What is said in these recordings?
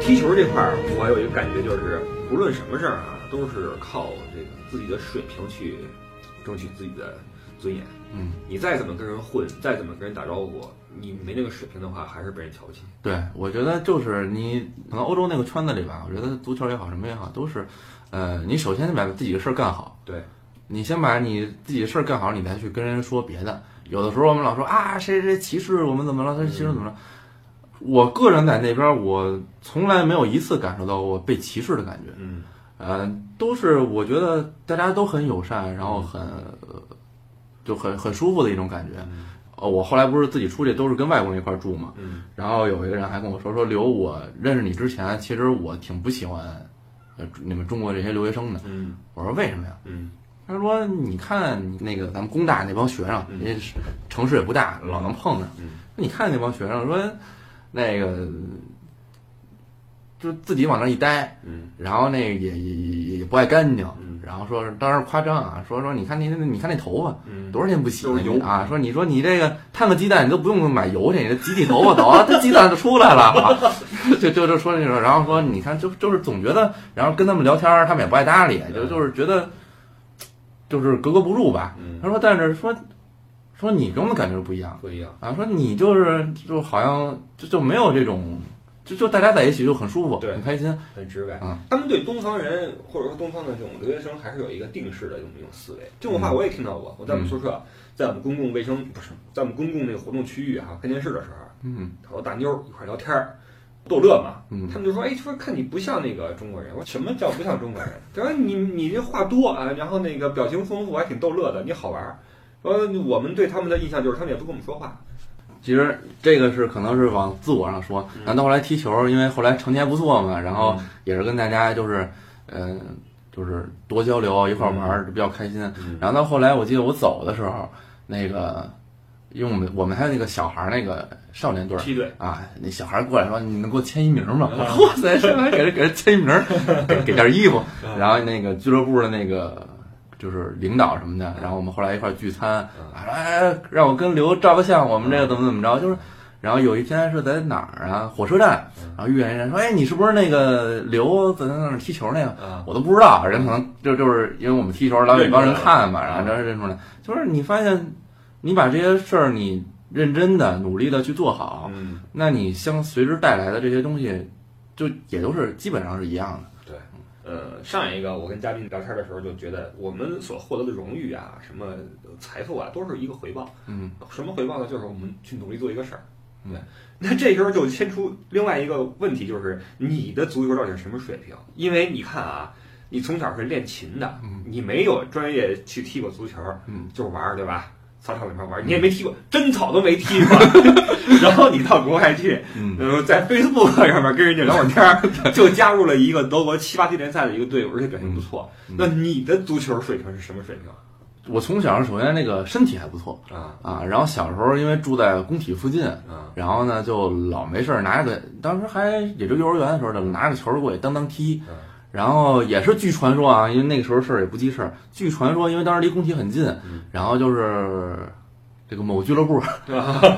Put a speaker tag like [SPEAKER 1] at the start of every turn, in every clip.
[SPEAKER 1] 踢球这块儿，我有一个感觉就是，不论什么事儿啊，都是靠这个自己的水平去争取自己的尊严。
[SPEAKER 2] 嗯，
[SPEAKER 1] 你再怎么跟人混，再怎么跟人打招呼，你没那个水平的话，还是被人瞧不起。
[SPEAKER 2] 对，我觉得就是你可能欧洲那个圈子里吧，我觉得足球也好，什么也好，都是，呃，你首先得把自己的事儿干好，
[SPEAKER 1] 对，
[SPEAKER 2] 你先把你自己的事儿干好，你再去跟人说别的。有的时候我们老说啊，谁谁谁歧视我们怎么了，他歧视怎么了。我个人在那边，我从来没有一次感受到过被歧视的感觉。
[SPEAKER 1] 嗯，
[SPEAKER 2] 呃，都是我觉得大家都很友善，然后很、呃就很很舒服的一种感觉。呃，我后来不是自己出去都是跟外国人一块儿住嘛，
[SPEAKER 1] 嗯
[SPEAKER 2] 然后有一个人还跟我说说刘，我认识你之前，其实我挺不喜欢呃你们中国这些留学生的。
[SPEAKER 1] 嗯
[SPEAKER 2] 我说为什么呀？
[SPEAKER 1] 嗯
[SPEAKER 2] 他说你看那个咱们工大那帮学生，
[SPEAKER 1] 嗯
[SPEAKER 2] 人家是城市也不大，老能碰上。
[SPEAKER 1] 嗯
[SPEAKER 2] 你看那帮学生说那个就自己往那一待，
[SPEAKER 1] 嗯
[SPEAKER 2] 然后那个也也也也不爱干净
[SPEAKER 1] 嗯，
[SPEAKER 2] 然后说是当时夸张啊，说说你看你那你看那头发
[SPEAKER 1] 嗯，
[SPEAKER 2] 多少天不洗了
[SPEAKER 1] 就是油
[SPEAKER 2] 啊，说你说你这个烫个鸡蛋你都不用买油去，你这挤挤头发走啊， 这鸡蛋就出来了， 啊就就就说那种，然后说你看就就是总觉得，然后跟他们聊天儿他们也不爱搭理，就
[SPEAKER 1] 嗯
[SPEAKER 2] 就是觉得就是格格不入吧。
[SPEAKER 1] 嗯，
[SPEAKER 2] 他说但是说说你跟我们感觉不一样。
[SPEAKER 1] 不一样。
[SPEAKER 2] 啊，说你就是就好像就就没有这种，就就大家在一起就很舒服，
[SPEAKER 1] 对
[SPEAKER 2] 很开心。
[SPEAKER 1] 很直白。
[SPEAKER 2] 嗯
[SPEAKER 1] 他们对东方人或者说东方的这种留学生还是有一个定式的这种一种思维。这
[SPEAKER 2] 嗯
[SPEAKER 1] 种话我也听到过，我在我们宿舍，在我们公共卫生不是在我们公共那个活动区域哈、看电视的时候，
[SPEAKER 2] 嗯
[SPEAKER 1] 好多大妞儿一块儿聊天儿，逗乐嘛。
[SPEAKER 2] 嗯
[SPEAKER 1] 他们就说：“哎，说看你不像那个中国人。”我说：“什么叫不像中国人？” 他说：“你你这话多啊，然后那个表情丰富，还挺逗乐的，你好玩儿。”说我们对他们的印象就是他们也不跟我们说话。
[SPEAKER 2] 其实这个是可能是往自我上说，
[SPEAKER 1] 嗯
[SPEAKER 2] 然后到后来踢球，因为后来成绩还不错嘛，然后也是跟大家就是，嗯、就是多交流，一块儿玩儿比较开心。
[SPEAKER 1] 嗯
[SPEAKER 2] 然后到后来，我记得我走的时候，那个，因为我们我们还有那个小孩儿那个少年队儿
[SPEAKER 1] 梯队，
[SPEAKER 2] 啊，那小孩过来说：“你能给我签一名吗？”我 说：“哇塞，上来给人给人签一名，给给件衣服。”然后那个俱乐部的那个就是领导什么的，然后我们后来一块儿聚餐，啊，说哎，让我跟刘照个相，我们这个怎么怎么着，就是。然后有一天是在哪儿啊？火车站，然后遇见人说：“哎，你是不是那个刘在那儿踢球那个？”
[SPEAKER 1] 啊
[SPEAKER 2] 我都不知道，人可能就就是因为我们踢球，老有一帮人看嘛，
[SPEAKER 1] 认出来了
[SPEAKER 2] 然后这认出来，就是你发现你把这些事儿你认真的、努力的去做好，
[SPEAKER 1] 嗯，
[SPEAKER 2] 那你相随之带来的这些东西，就也都是基本上是一样的。
[SPEAKER 1] 对，呃，上一个我跟嘉宾聊天的时候就觉得，我们所获得的荣誉啊，什么财富啊，都是一个回报。
[SPEAKER 2] 嗯，
[SPEAKER 1] 什么回报呢？就是我们去努力做一个事儿。
[SPEAKER 2] 嗯
[SPEAKER 1] 对，那这时候就牵出另外一个问题，就是你的足球到底是什么水平？因为你看啊，你从小是练琴的，
[SPEAKER 2] 嗯
[SPEAKER 1] 你没有专业去踢过足球，
[SPEAKER 2] 嗯，
[SPEAKER 1] 就是玩儿，对吧？操场里面玩儿，你也没踢过，真草都没踢过。 然后你到国外去，
[SPEAKER 2] 嗯
[SPEAKER 1] 呃，在 Facebook 上面跟人家聊会儿天儿，就加入了一个德国七八级联赛的一个队伍，而且表现不错。
[SPEAKER 2] 嗯嗯
[SPEAKER 1] 那你的足球水平是什么水平
[SPEAKER 2] 我从小首先那个身体还不错
[SPEAKER 1] 啊？
[SPEAKER 2] 啊，然后小时候因为住在工体附近，
[SPEAKER 1] 啊，
[SPEAKER 2] 然后呢就老没事儿拿着个，当时还也就幼儿园的时候，就拿着球儿过去当当踢。
[SPEAKER 1] 嗯
[SPEAKER 2] 然后也是据传说啊，因为那个时候事儿也不记事儿。据传说，因为当时离工体很近，
[SPEAKER 1] 嗯
[SPEAKER 2] 然后就是这个某俱乐部，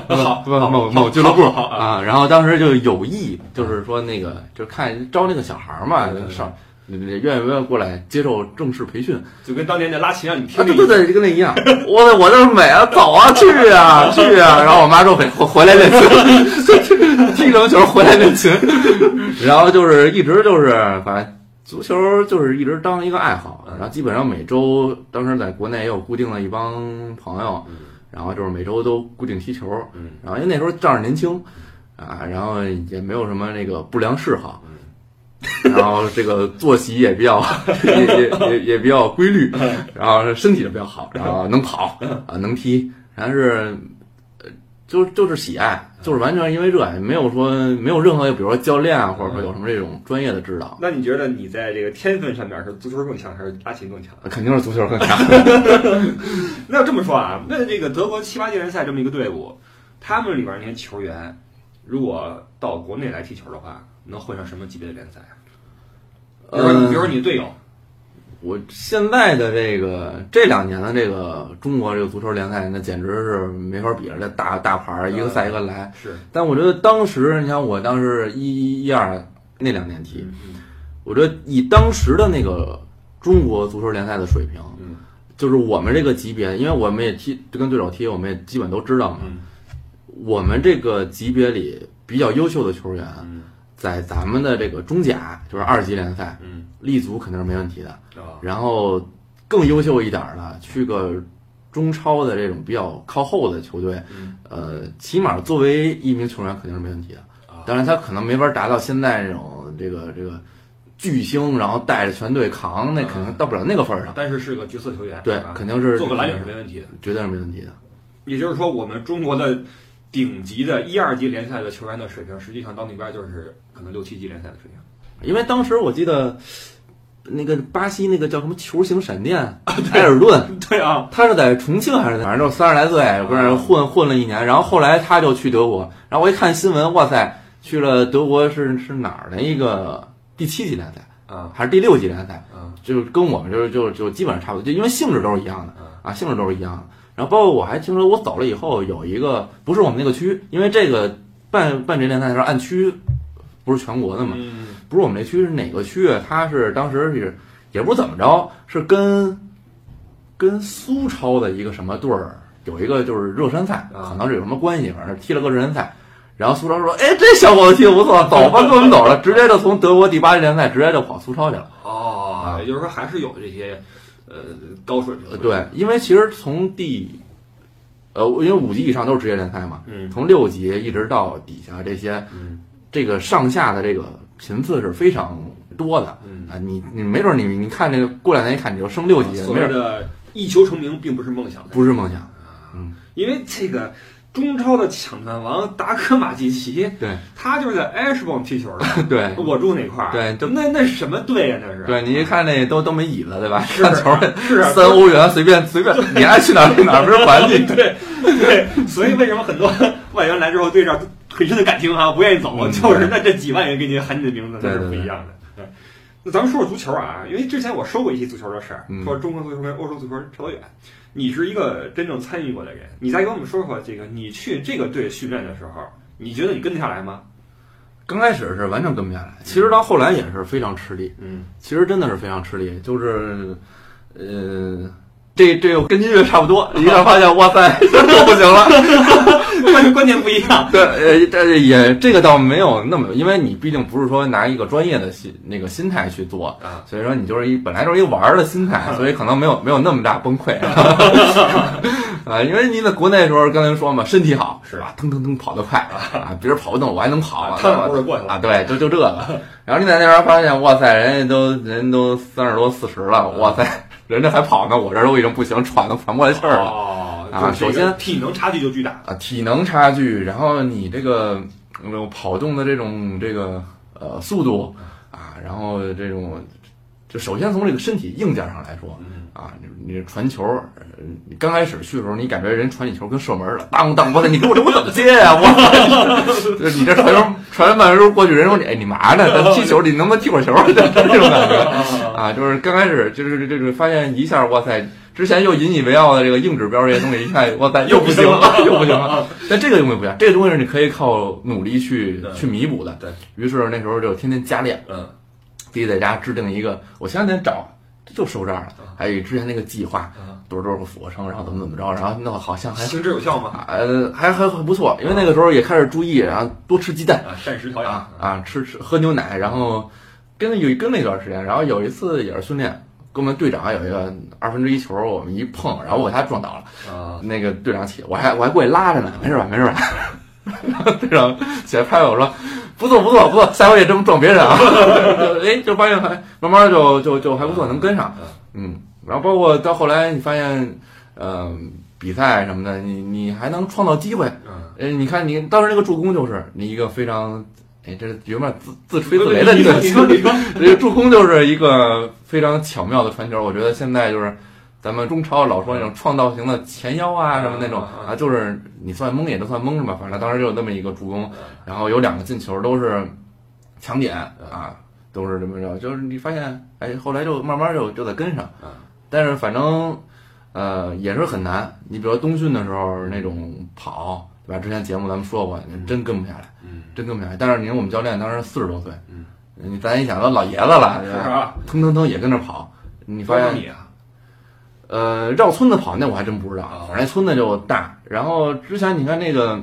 [SPEAKER 1] 好，
[SPEAKER 2] 不某某俱乐部啊，然后当时就有意，就是说那个就看招那个小孩儿嘛
[SPEAKER 1] 对对，对
[SPEAKER 2] 上愿不愿意过来接受正式培训啊？
[SPEAKER 1] 就跟当年那拉琴让你听那
[SPEAKER 2] 对对
[SPEAKER 1] 个，
[SPEAKER 2] 对，就跟那一样。 我我就是美啊，走啊，去啊，去啊。然后我妈说回回回来练琴，踢足球回来练琴， 然后就是一直就是反正。足球就是一直当一个爱好，然后基本上每周，当时在国内也有固定的一帮朋友，然后就是每周都固定踢球，
[SPEAKER 1] 嗯
[SPEAKER 2] 然后因为那时候仗着年轻，啊，然后也没有什么那个不良嗜好，然后这个作息也比较也也也也比较规律，然后身体也比较好，然后能跑啊能踢，但是呃就就是喜爱，就是完全因为热爱，没有说没有任何比如说教练啊，或者说有什么这种专业的指导。
[SPEAKER 1] 那你觉得你在这个天分上面是足球更强还是拉琴更强？
[SPEAKER 2] 肯定是足球更强，
[SPEAKER 1] 那要这么说啊，那这个德国七八届联赛这么一个队伍，他们里边那些球员，如果到国内来踢球的话，能混上什么级别的联赛啊？比如说你，比如说你的队友，
[SPEAKER 2] 我现在的这个这两年的这个中国这个足球联赛，那简直是没法比了，这大大牌儿一个赛一个来。
[SPEAKER 1] 是
[SPEAKER 2] 但我觉得当时，你像我当时一一一二那两年踢，
[SPEAKER 1] 嗯
[SPEAKER 2] 我觉得以当时的那个中国足球联赛的水平，
[SPEAKER 1] 嗯
[SPEAKER 2] 就是我们这个级别，因为我们也踢就跟对手踢，我们也基本都知道嘛。
[SPEAKER 1] 嗯
[SPEAKER 2] 我们这个级别里比较优秀的球员，
[SPEAKER 1] 嗯
[SPEAKER 2] 在咱们的这个中甲，就是二级联赛，
[SPEAKER 1] 嗯
[SPEAKER 2] 立足肯定是没问题的。
[SPEAKER 1] 啊
[SPEAKER 2] 然后更优秀一点儿的，去个中超的这种比较靠后的球队，
[SPEAKER 1] 嗯
[SPEAKER 2] 呃，起码作为一名球员肯定是没问题的
[SPEAKER 1] 啊。
[SPEAKER 2] 当然，他可能没法达到现在这种这个这个巨星，然后带着全队扛，那肯定到不了那个份儿上。
[SPEAKER 1] 但是是个角色球员，
[SPEAKER 2] 对
[SPEAKER 1] 啊，
[SPEAKER 2] 肯定是
[SPEAKER 1] 做个蓝领是没问题的。
[SPEAKER 2] 绝对是没问题的。
[SPEAKER 1] 也就是说，我们中国的顶级的一二级联赛的球员的水平，实际上到那边就是可能六七级联赛的水平。
[SPEAKER 2] 因为当时我记得那个巴西那个叫什么球形闪电埃尔顿，
[SPEAKER 1] 啊对啊，
[SPEAKER 2] 他是在重庆还是在，反正就三十来岁，不是混混了一年，然后后来他就去德国，然后我一看新闻，哇塞，去了德国是是哪儿的一个第七级联赛
[SPEAKER 1] 啊
[SPEAKER 2] 还是第六级联赛，
[SPEAKER 1] 啊
[SPEAKER 2] 就是跟我们就是就就基本上差不多，就因为性质都是一样的
[SPEAKER 1] 啊
[SPEAKER 2] 啊，性质都是一样的。然后包括我还听说我走了以后有一个不是我们那个区，因为这个办办这联赛的时候按区不是全国的嘛，
[SPEAKER 1] 嗯
[SPEAKER 2] 不是我们这区是哪个区？啊他是当时是也不是怎么着，是跟跟苏超的一个什么队儿有一个就是热身赛，
[SPEAKER 1] 啊
[SPEAKER 2] 可能是有什么关系，反正踢了个热身赛。然后苏超说：“哎，这小伙子踢得不错，走吧，跟我们 走了，直接就从德国第八级联赛直接就跑苏超去了。
[SPEAKER 1] 哦，也就是说还是有这些呃高水平的。
[SPEAKER 2] 呃”对，因为其实从第呃，因为五级以上都是职业联赛嘛，
[SPEAKER 1] 嗯
[SPEAKER 2] 从六级一直到底下这些
[SPEAKER 1] 嗯
[SPEAKER 2] 这个上下的这个频次是非常多的。
[SPEAKER 1] 嗯，
[SPEAKER 2] 啊，你你没准你你看这个过两年一看你就升六级，
[SPEAKER 1] 所
[SPEAKER 2] 没
[SPEAKER 1] 谓
[SPEAKER 2] 准
[SPEAKER 1] 的一球成名并不是梦想的，啊
[SPEAKER 2] 不是梦嗯想。
[SPEAKER 1] 因为这个中超的抢断王达科马季奇，
[SPEAKER 2] 对
[SPEAKER 1] 他就是在 Ashburn 踢球的。
[SPEAKER 2] 对
[SPEAKER 1] 我住那块儿，
[SPEAKER 2] 对都
[SPEAKER 1] 那那什么队呀、那是
[SPEAKER 2] 对，你一看那都都没椅子对吧？
[SPEAKER 1] 是
[SPEAKER 2] 看球儿
[SPEAKER 1] 是啊
[SPEAKER 2] 三欧元随便 随便，你爱去哪儿去哪儿，没人管你。
[SPEAKER 1] 哦对对，所以为什么很多外援来之后对这儿很深的感情啊，不愿意走，
[SPEAKER 2] 嗯
[SPEAKER 1] 就是那这几万人给你喊你的名字，那
[SPEAKER 2] 对
[SPEAKER 1] 是
[SPEAKER 2] 对
[SPEAKER 1] 不
[SPEAKER 2] 对
[SPEAKER 1] 一样的。对那咱们说说足球啊，因为之前我说过一期足球的事儿，
[SPEAKER 2] 嗯
[SPEAKER 1] 说中国足球跟欧洲足球差多远。你是一个真正参与过的人，你再给我们说说这个，你去这个队训练的时候，你觉得你跟得下来吗？
[SPEAKER 2] 刚开始是完全跟不下来，其实到后来也是非常吃力，
[SPEAKER 1] 嗯，
[SPEAKER 2] 其实真的是非常吃力，就是呃。这这又跟音乐差不多，一下发现哇塞， 又不行了。
[SPEAKER 1] 关关键不一 样。
[SPEAKER 2] 对，呃，这也这个倒没有那么，因为你毕竟不是说拿一个专业的心那个心态去做，
[SPEAKER 1] 啊，
[SPEAKER 2] 所以说你就是一本来就是一玩儿的心态，所以可能没有没有那么大崩溃 啊，因为你在国内的时候刚才说嘛，身体好
[SPEAKER 1] 是
[SPEAKER 2] 吧，腾腾腾跑得快啊，别人跑不动我还能跑，
[SPEAKER 1] 他俩不是过去了
[SPEAKER 2] 啊，对，就就这 个。然后你在那边发现，哇塞，人家都人都三十多四十
[SPEAKER 1] 啊
[SPEAKER 2] 了，哇塞，人家还跑呢，我这都已经不行，喘都喘不过来气儿了
[SPEAKER 1] 哦，就
[SPEAKER 2] 啊
[SPEAKER 1] 是这
[SPEAKER 2] 首
[SPEAKER 1] 个
[SPEAKER 2] 先
[SPEAKER 1] 体能差距就巨大。
[SPEAKER 2] 啊，体能差距，然后你这个呃跑动的这种这个呃速度啊，然后这种。就首先从这个身体硬件上来说，
[SPEAKER 1] 嗯，
[SPEAKER 2] 啊，你你传球，呃你刚开始去的时候，你感觉人传你球跟射门了，当当，我操，你给我这我怎么接呀、啊我就是你这传球传完半球过去，人说你哎你嘛呢？咱踢球，你能不能踢会儿球？这这种感觉
[SPEAKER 1] 呃
[SPEAKER 2] 啊，就是刚开始就是这个发现一下，哇塞，之前又引以为傲的这个硬指标这些东西，一看哇塞又不行了，啊又不行了。但这个东西不一样，这个东西是你可以靠努力去
[SPEAKER 1] 对
[SPEAKER 2] 去弥补的。
[SPEAKER 1] 对
[SPEAKER 2] 于是那时候就天天加练。
[SPEAKER 1] 嗯
[SPEAKER 2] 自己在家制定一个，我前两天找，这就收这儿了
[SPEAKER 1] 啊。
[SPEAKER 2] 还有之前那个计划，
[SPEAKER 1] 嗯，
[SPEAKER 2] 多少多少个俯卧撑，然后怎么怎么着，然后弄得好像还
[SPEAKER 1] 行之有效吗？
[SPEAKER 2] 呃还还还不错，因为那个时候也开始注意，然后多吃鸡蛋
[SPEAKER 1] 啊，膳食调养
[SPEAKER 2] 啊啊，吃吃喝牛奶，然后跟有跟那段时间，然后有一次也是训练，跟我们队长有一个二分之一球，我们一碰，然后我给他撞倒了。
[SPEAKER 1] 啊，
[SPEAKER 2] 那个队长起，我还我还过去拉着呢，没事吧，没事吧。 然后队长起来拍我说：“不错，不错，不错，下回也这么撞别人啊。” 就哎，就发现还慢慢就就就还不错，能跟上。嗯，然后包括到后来，你发现，呃，比赛什么的，你你还能创造机会。
[SPEAKER 1] 嗯，
[SPEAKER 2] 哎，你看你当时那个助攻就是你一个非常，哎，这有点自自吹自擂的
[SPEAKER 1] 你
[SPEAKER 2] 一
[SPEAKER 1] 说
[SPEAKER 2] 个
[SPEAKER 1] 你说你说，
[SPEAKER 2] 这个助攻就是一个非常巧妙的传球，我觉得现在就是咱们中超老说那种创造型的前腰啊什么那种
[SPEAKER 1] 啊啊
[SPEAKER 2] 啊，就是你算蒙也就算蒙着吧，反正当时就有那么一个助攻，然后有两个进球都是抢点啊，都是这么着，就是你发现哎，后来就慢慢就就得跟上
[SPEAKER 1] 啊，
[SPEAKER 2] 但是反正呃也是很难，你比如说冬训的时候那种跑。对吧？之前节目咱们说过，真跟不下来，
[SPEAKER 1] 嗯
[SPEAKER 2] 真跟不下来。但是您我们教练当时四十多岁，
[SPEAKER 1] 嗯
[SPEAKER 2] 你咱一想到老爷子了，
[SPEAKER 1] 是啊
[SPEAKER 2] 腾腾腾也跟着跑，你发现
[SPEAKER 1] 你啊，
[SPEAKER 2] 呃绕村子跑那我还真不知道
[SPEAKER 1] 啊，
[SPEAKER 2] 反正那村子就大。然后之前你看那个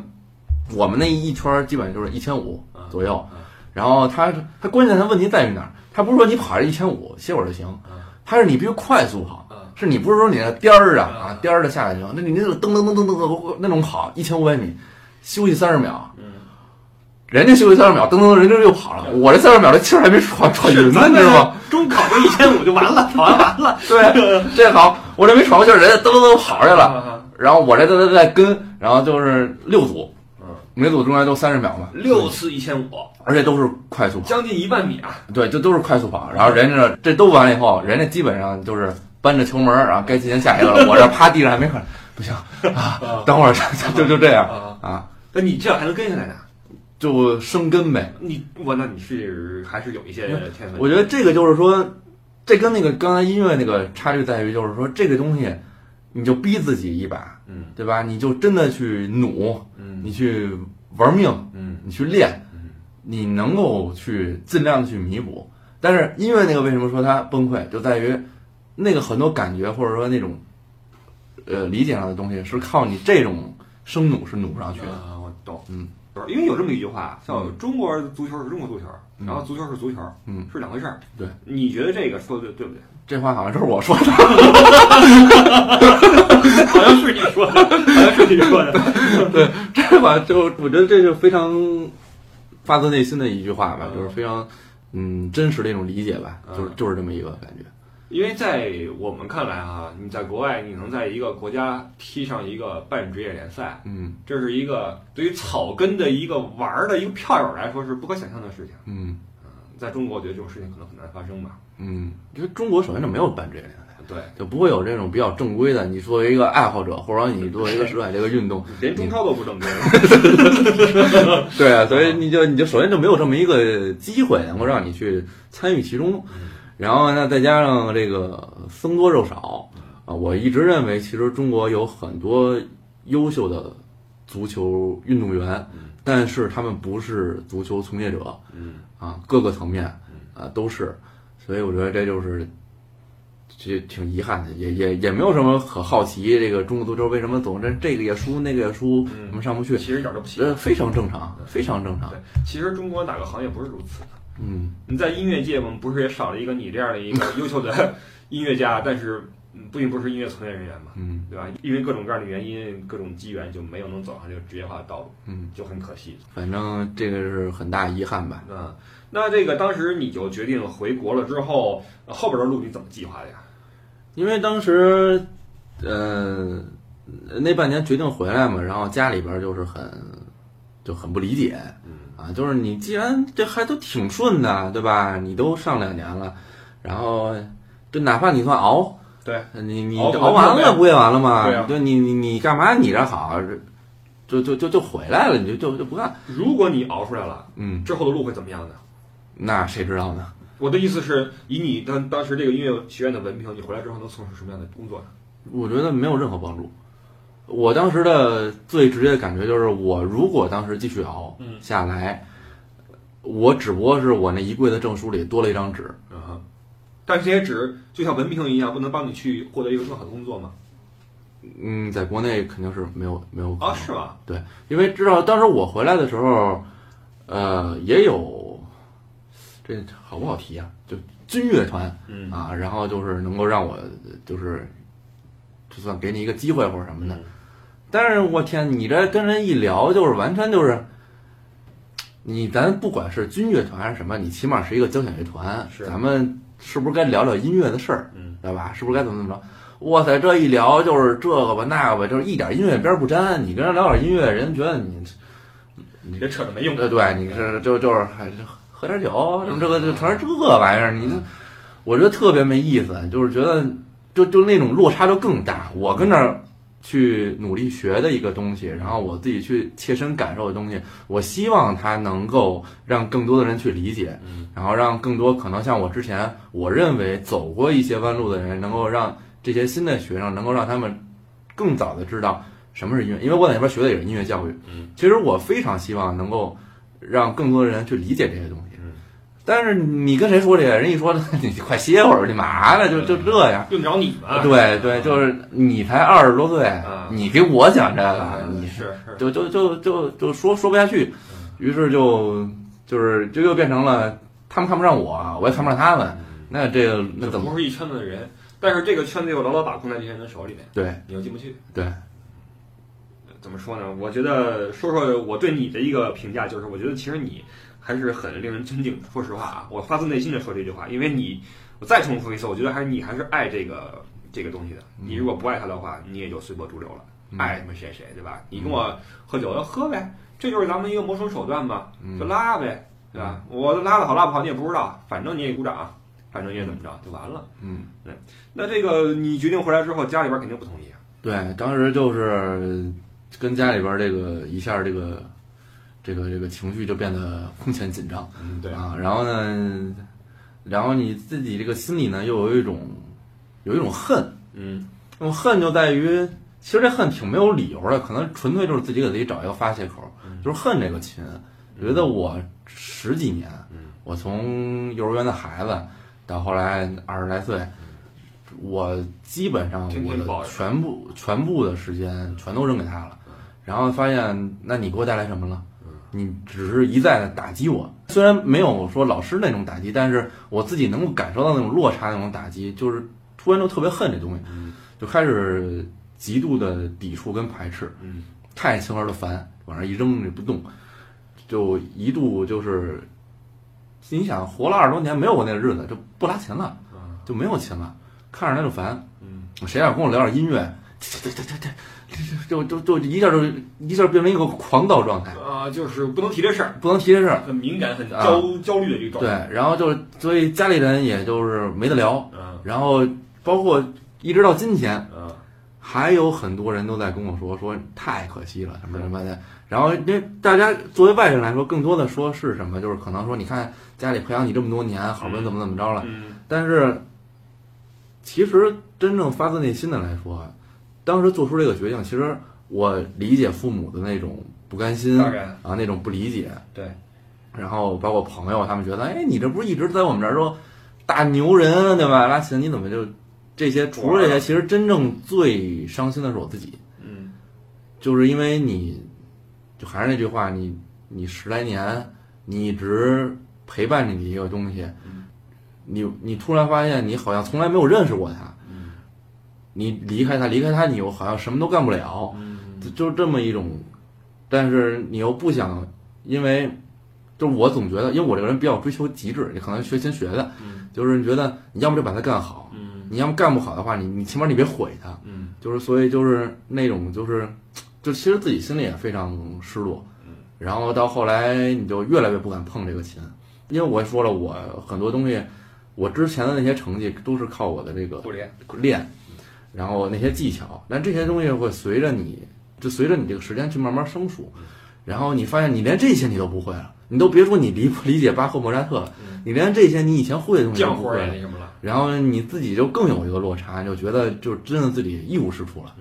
[SPEAKER 2] 我们那一圈儿基本就是一千五左右
[SPEAKER 1] 啊，
[SPEAKER 2] 然后他他关键他问题在于哪儿？他不是说你跑这一千五歇会儿就行
[SPEAKER 1] 啊，
[SPEAKER 2] 他是你必须快速跑
[SPEAKER 1] 啊，
[SPEAKER 2] 是你不是说你那颠儿啊
[SPEAKER 1] 啊
[SPEAKER 2] 啊颠儿的下来就行，那你那种噔噔噔噔噔噔那种跑一千五百米，休息三十秒。
[SPEAKER 1] 嗯，
[SPEAKER 2] 人家休息三十秒，噔噔，人家又跑了。我这三十秒，这气儿还没喘喘匀呢，你知 道吗？？
[SPEAKER 1] 中考就一千五就完了，跑完完了，
[SPEAKER 2] 对，
[SPEAKER 1] 啊
[SPEAKER 2] 这好，我这没喘过气儿，人家噔噔噔跑出去了。
[SPEAKER 1] 了，
[SPEAKER 2] 然后我这在在在跟，然后就是六组，
[SPEAKER 1] 嗯，
[SPEAKER 2] 每组中间都三十秒嘛，
[SPEAKER 1] 六，次一千五，
[SPEAKER 2] 而且都是快速跑，
[SPEAKER 1] 将近一万米啊，
[SPEAKER 2] 对，这都是快速跑。然后人家这都完了以后，人家基本上就是搬着球门儿，然后该进行下一个了。我这趴地上还没快，不行，
[SPEAKER 1] 啊
[SPEAKER 2] 等会儿 就就这样
[SPEAKER 1] 啊，
[SPEAKER 2] 啊，
[SPEAKER 1] 那你这样还能跟下来呢？
[SPEAKER 2] 就生根呗。
[SPEAKER 1] 你我那你是还是有一些天分，
[SPEAKER 2] 我觉得这个就是说，这跟那个刚才音乐那个差距在于，就是说这个东西，你就逼自己一把，
[SPEAKER 1] 嗯
[SPEAKER 2] 对吧？你就真的去努，
[SPEAKER 1] 嗯
[SPEAKER 2] 你去玩命，
[SPEAKER 1] 嗯
[SPEAKER 2] 你去练，
[SPEAKER 1] 嗯
[SPEAKER 2] 你能够去尽量的去弥补。但是音乐那个为什么说它崩溃，就在于那个很多感觉或者说那种，呃，理解上的东西是靠你这种生努是努不上去的。
[SPEAKER 1] 啊，我懂，
[SPEAKER 2] 嗯，
[SPEAKER 1] 因为有这么一句话叫“中国足球是中国足球，
[SPEAKER 2] 嗯
[SPEAKER 1] 然后足球是足球，
[SPEAKER 2] 嗯，
[SPEAKER 1] 是两回事儿”。
[SPEAKER 2] 对，
[SPEAKER 1] 你觉得这个说的对对不对？
[SPEAKER 2] 这话好像就是我说的。
[SPEAKER 1] 好像是你说的，好像是你说的。
[SPEAKER 2] 这 吧，就我觉得这就非常发自内心的一句话吧，
[SPEAKER 1] 嗯
[SPEAKER 2] 就是非常嗯真实的一种理解吧，
[SPEAKER 1] 嗯
[SPEAKER 2] 就是就是这么一个感觉。
[SPEAKER 1] 因为在我们看来啊，你在国外，你能在一个国家踢上一个半职业联赛，
[SPEAKER 2] 嗯
[SPEAKER 1] 这是一个对于草根的一个玩儿的一个票友来说是不可想象的事情。
[SPEAKER 2] 嗯
[SPEAKER 1] 在中国，我觉得这种事情可能很难发生吧。
[SPEAKER 2] 嗯，因为中国首先就没有办这个联赛，
[SPEAKER 1] 对，
[SPEAKER 2] 就不会有这种比较正规的。你作为一个爱好者，或者说你作为一个热爱这个运动，
[SPEAKER 1] 连中超都不正规。嗯
[SPEAKER 2] 对啊，所以你就你就首先就没有这么一个机会能够让你去参与其中，
[SPEAKER 1] 嗯
[SPEAKER 2] 然后呢，再加上这个僧多肉少啊，我一直认为其实中国有很多优秀的足球运动员
[SPEAKER 1] 嗯，
[SPEAKER 2] 但是他们不是足球从业者
[SPEAKER 1] 嗯
[SPEAKER 2] 啊，各个层面啊都是，所以我觉得这就是。这挺遗憾的，也也也没有什么可好奇。这个中国足球为什么总是这个也输那个也输，
[SPEAKER 1] 嗯
[SPEAKER 2] 我们上不去
[SPEAKER 1] 其？实一点都不奇怪
[SPEAKER 2] 呃，。非常正常，非常正常
[SPEAKER 1] 对。，其实中国哪个行业不是如此？
[SPEAKER 2] 嗯，
[SPEAKER 1] 你在音乐界，我们不是也少了一个你这样的一个优秀的音乐家，但是嗯不仅不是音乐从业人员嘛，
[SPEAKER 2] 嗯
[SPEAKER 1] 对吧？因为各种各样的原因、各种机缘，就没有能走上这个职业化的道路，
[SPEAKER 2] 嗯，
[SPEAKER 1] 就很可惜。
[SPEAKER 2] 反正这个是很大遗憾吧。
[SPEAKER 1] 那嗯那这个当时你就决定回国了之后，呃后边的路你怎么计划的呀？
[SPEAKER 2] 因为当时，呃，那半年决定回来嘛，然后家里边就是很就很不理解
[SPEAKER 1] 嗯
[SPEAKER 2] 啊，就是你既然这还都挺顺的，对吧？你都上两年了，然后就哪怕你算熬，
[SPEAKER 1] 对，
[SPEAKER 2] 你你
[SPEAKER 1] 熬不
[SPEAKER 2] 熬完
[SPEAKER 1] 完了
[SPEAKER 2] 了不也完了吗？
[SPEAKER 1] 对啊
[SPEAKER 2] 你你你干嘛你这好，就就就就回来了，你就就就不干，
[SPEAKER 1] 如果你熬出来了，
[SPEAKER 2] 嗯，
[SPEAKER 1] 之后的路会怎么样呢？
[SPEAKER 2] 那谁知道呢？
[SPEAKER 1] 我的意思是，以你当当时这个音乐学院的文凭，你回来之后能从事什么样的工作呢？
[SPEAKER 2] 我觉得没有任何帮助。我当时的最直接的感觉就是，我如果当时继续熬
[SPEAKER 1] 嗯
[SPEAKER 2] 下来，我只不过是我那一柜子证书里多了一张纸。
[SPEAKER 1] 啊哈，但是这些纸就像文凭一样，不能帮你去获得一个更好的工作吗？
[SPEAKER 2] 嗯，在国内肯定是没有没有可能
[SPEAKER 1] 啊，是吗？
[SPEAKER 2] 对，因为知道当时我回来的时候，呃，也有这好不好提啊？就军乐团
[SPEAKER 1] 嗯
[SPEAKER 2] 啊，然后就是能够让我就是就算给你一个机会或者什么
[SPEAKER 1] 嗯
[SPEAKER 2] 的。但是我天，你这跟人一聊，就是完全就是，你咱不管是军乐团还是什么，你起码是一个交响乐团，
[SPEAKER 1] 是
[SPEAKER 2] 咱们是不是该聊聊音乐的事儿，
[SPEAKER 1] 嗯
[SPEAKER 2] 知道吧？是不是该怎么怎么着？哇塞，这一聊就是这个吧那个吧，就是一点音乐边儿不沾。你跟人聊点音乐，人觉得你
[SPEAKER 1] 你这扯着没用。
[SPEAKER 2] 呃，对，你是就就是还是喝点酒，什么这个就全是这玩意儿，你这我觉得特别没意思，就是觉得就就那种落差就更大。我跟那儿去努力学的一个东西，然后我自己去切身感受的东西，我希望它能够让更多的人去理解，
[SPEAKER 1] 嗯
[SPEAKER 2] 然后让更多可能像我之前我认为走过一些弯路的人，能够让这些新的学生能够让他们更早的知道什么是音乐，因为我在那边学的也是音乐教育。
[SPEAKER 1] 嗯
[SPEAKER 2] 其实我非常希望能够让更多的人去理解这些东西，
[SPEAKER 1] 嗯
[SPEAKER 2] 但是你跟谁说这个？人一说你快歇会儿，你嘛呢？就就这样。
[SPEAKER 1] 用得着你啊吗？
[SPEAKER 2] 对对，就是你才二十多岁
[SPEAKER 1] 啊，
[SPEAKER 2] 你给我讲这
[SPEAKER 1] 啊
[SPEAKER 2] 个，，你
[SPEAKER 1] 是是，
[SPEAKER 2] 就就就就就说说不下去，
[SPEAKER 1] 嗯
[SPEAKER 2] 于是就就是就又变成了他们看不上我，我也看不上他
[SPEAKER 1] 嗯
[SPEAKER 2] 们，那这个那
[SPEAKER 1] 这
[SPEAKER 2] 怎么
[SPEAKER 1] 不是一圈子的人，但是这个圈子又牢牢把控在这些人的手里面，
[SPEAKER 2] 对
[SPEAKER 1] 你又进不去。呃
[SPEAKER 2] 对
[SPEAKER 1] 怎么说呢？我觉得说说我对你的一个评价，就是我觉得其实你还是很令人尊敬的。说实话啊，我发自内心的说这句话，因为你，我再重复一次，我觉得还是你还是爱这个这个东西的。你如果不爱它的话，你也就随波逐流了，
[SPEAKER 2] 嗯
[SPEAKER 1] 爱什么谁谁，对吧？你跟我喝酒要喝呗，这就是咱们一个谋生手段嘛，
[SPEAKER 2] 嗯
[SPEAKER 1] 就拉呗，对吧？我拉的好拉不好你也不知道，反正你也鼓掌，反正你也怎么着就完了。
[SPEAKER 2] 嗯
[SPEAKER 1] 那这个你决定回来之后，家里边肯定不同意啊。
[SPEAKER 2] 对，当时就是跟家里边这个一下这个这个这个情绪就变得空前紧张。
[SPEAKER 1] 嗯，对，
[SPEAKER 2] 啊，然后呢，然后你自己这个心里呢又有一种有一种恨，
[SPEAKER 1] 嗯
[SPEAKER 2] 那种恨就在于，其实这恨挺没有理由的，可能纯粹就是自己给自己找一个发泄口，
[SPEAKER 1] 嗯
[SPEAKER 2] 就是恨这个亲。觉得我十几年，
[SPEAKER 1] 嗯
[SPEAKER 2] 我从幼儿园的孩子到后来二十来岁，我基本上
[SPEAKER 1] 嗯天
[SPEAKER 2] 我
[SPEAKER 1] 天抱
[SPEAKER 2] 的
[SPEAKER 1] 着嗯
[SPEAKER 2] 全部全部的时间全都扔给他了，然后发现，那你给我带来什么了？你只是一再的打击我，虽然没有说老师那种打击，但是我自己能够感受到那种落差那种打击，就是突然就特别恨这东西，
[SPEAKER 1] 嗯
[SPEAKER 2] 就开始极度的抵触跟排斥。
[SPEAKER 1] 嗯
[SPEAKER 2] 太轻而的烦，往上一扔就不动，就一度就是，你想活了二十多年没有过那个日子，就不拉琴了，
[SPEAKER 1] 嗯
[SPEAKER 2] 就没有琴了，看着他就烦。
[SPEAKER 1] 嗯。
[SPEAKER 2] 谁要跟我聊点音乐， 这这这这这就就就一下就一下变成一个狂躁状态，
[SPEAKER 1] 啊，就是不能提这事儿，
[SPEAKER 2] 不能提这事儿。
[SPEAKER 1] 很敏感、很
[SPEAKER 2] 啊
[SPEAKER 1] 焦、焦虑的这个状
[SPEAKER 2] 对
[SPEAKER 1] 态。，
[SPEAKER 2] 然后就所以家里人也就是没得聊，
[SPEAKER 1] 对，嗯
[SPEAKER 2] 然后包括一直到今天，
[SPEAKER 1] 嗯
[SPEAKER 2] 还有很多人都在跟我说说太可惜了什么什么的。然后那大家作为外人来说，更多的说是什么，就是可能说你看家里培养你这么多年，好不容易怎么怎么着了，
[SPEAKER 1] 嗯
[SPEAKER 2] 但是其实真正发自内心的来说，当时做出这个决定，其实我理解父母的那种不甘心
[SPEAKER 1] 当然
[SPEAKER 2] 啊，那种不理解，
[SPEAKER 1] 对，
[SPEAKER 2] 然后包括朋友他们觉得，哎，你这不是一直在我们这儿说大牛人啊对吧？拉琴你怎么就这些？除了这些，其实真正最伤心的是我自己，
[SPEAKER 1] 嗯
[SPEAKER 2] 就是因为你，就还是那句话，你你十来年你一直陪伴着你一个东西
[SPEAKER 1] 嗯，
[SPEAKER 2] 你你突然发现你好像从来没有认识过它，
[SPEAKER 1] 嗯
[SPEAKER 2] 你离开它，离开它你又好像什么都干不了，
[SPEAKER 1] 嗯
[SPEAKER 2] 就就这么一种，但是你又不想，因为就是我总觉得，因为我这个人比较追求极致，你可能学琴学的，
[SPEAKER 1] 嗯
[SPEAKER 2] 就是你觉得你要么就把它干好，
[SPEAKER 1] 嗯
[SPEAKER 2] 你要么干不好的话，你你起码你别毁它，
[SPEAKER 1] 嗯
[SPEAKER 2] 就是所以就是那种就是，就其实自己心里也非常失落
[SPEAKER 1] 嗯，
[SPEAKER 2] 然后到后来你就越来越不敢碰这个琴，因为我也说了，我很多东西，我之前的那些成绩都是靠我的这个
[SPEAKER 1] 互联，
[SPEAKER 2] 练，然后那些技巧，但这些东西会随着你，就随着你这个时间去慢慢生疏，然后你发现你连这些你都不会了，你都别说你理不理 解巴赫、莫扎特了
[SPEAKER 1] 嗯，
[SPEAKER 2] 你连这些你以前会的东西都
[SPEAKER 1] 浆
[SPEAKER 2] 不
[SPEAKER 1] 糊
[SPEAKER 2] 会
[SPEAKER 1] 也那
[SPEAKER 2] 了，
[SPEAKER 1] 什么了。
[SPEAKER 2] 然后你自己就更有一个落差，就觉得就真的自己一无是处了。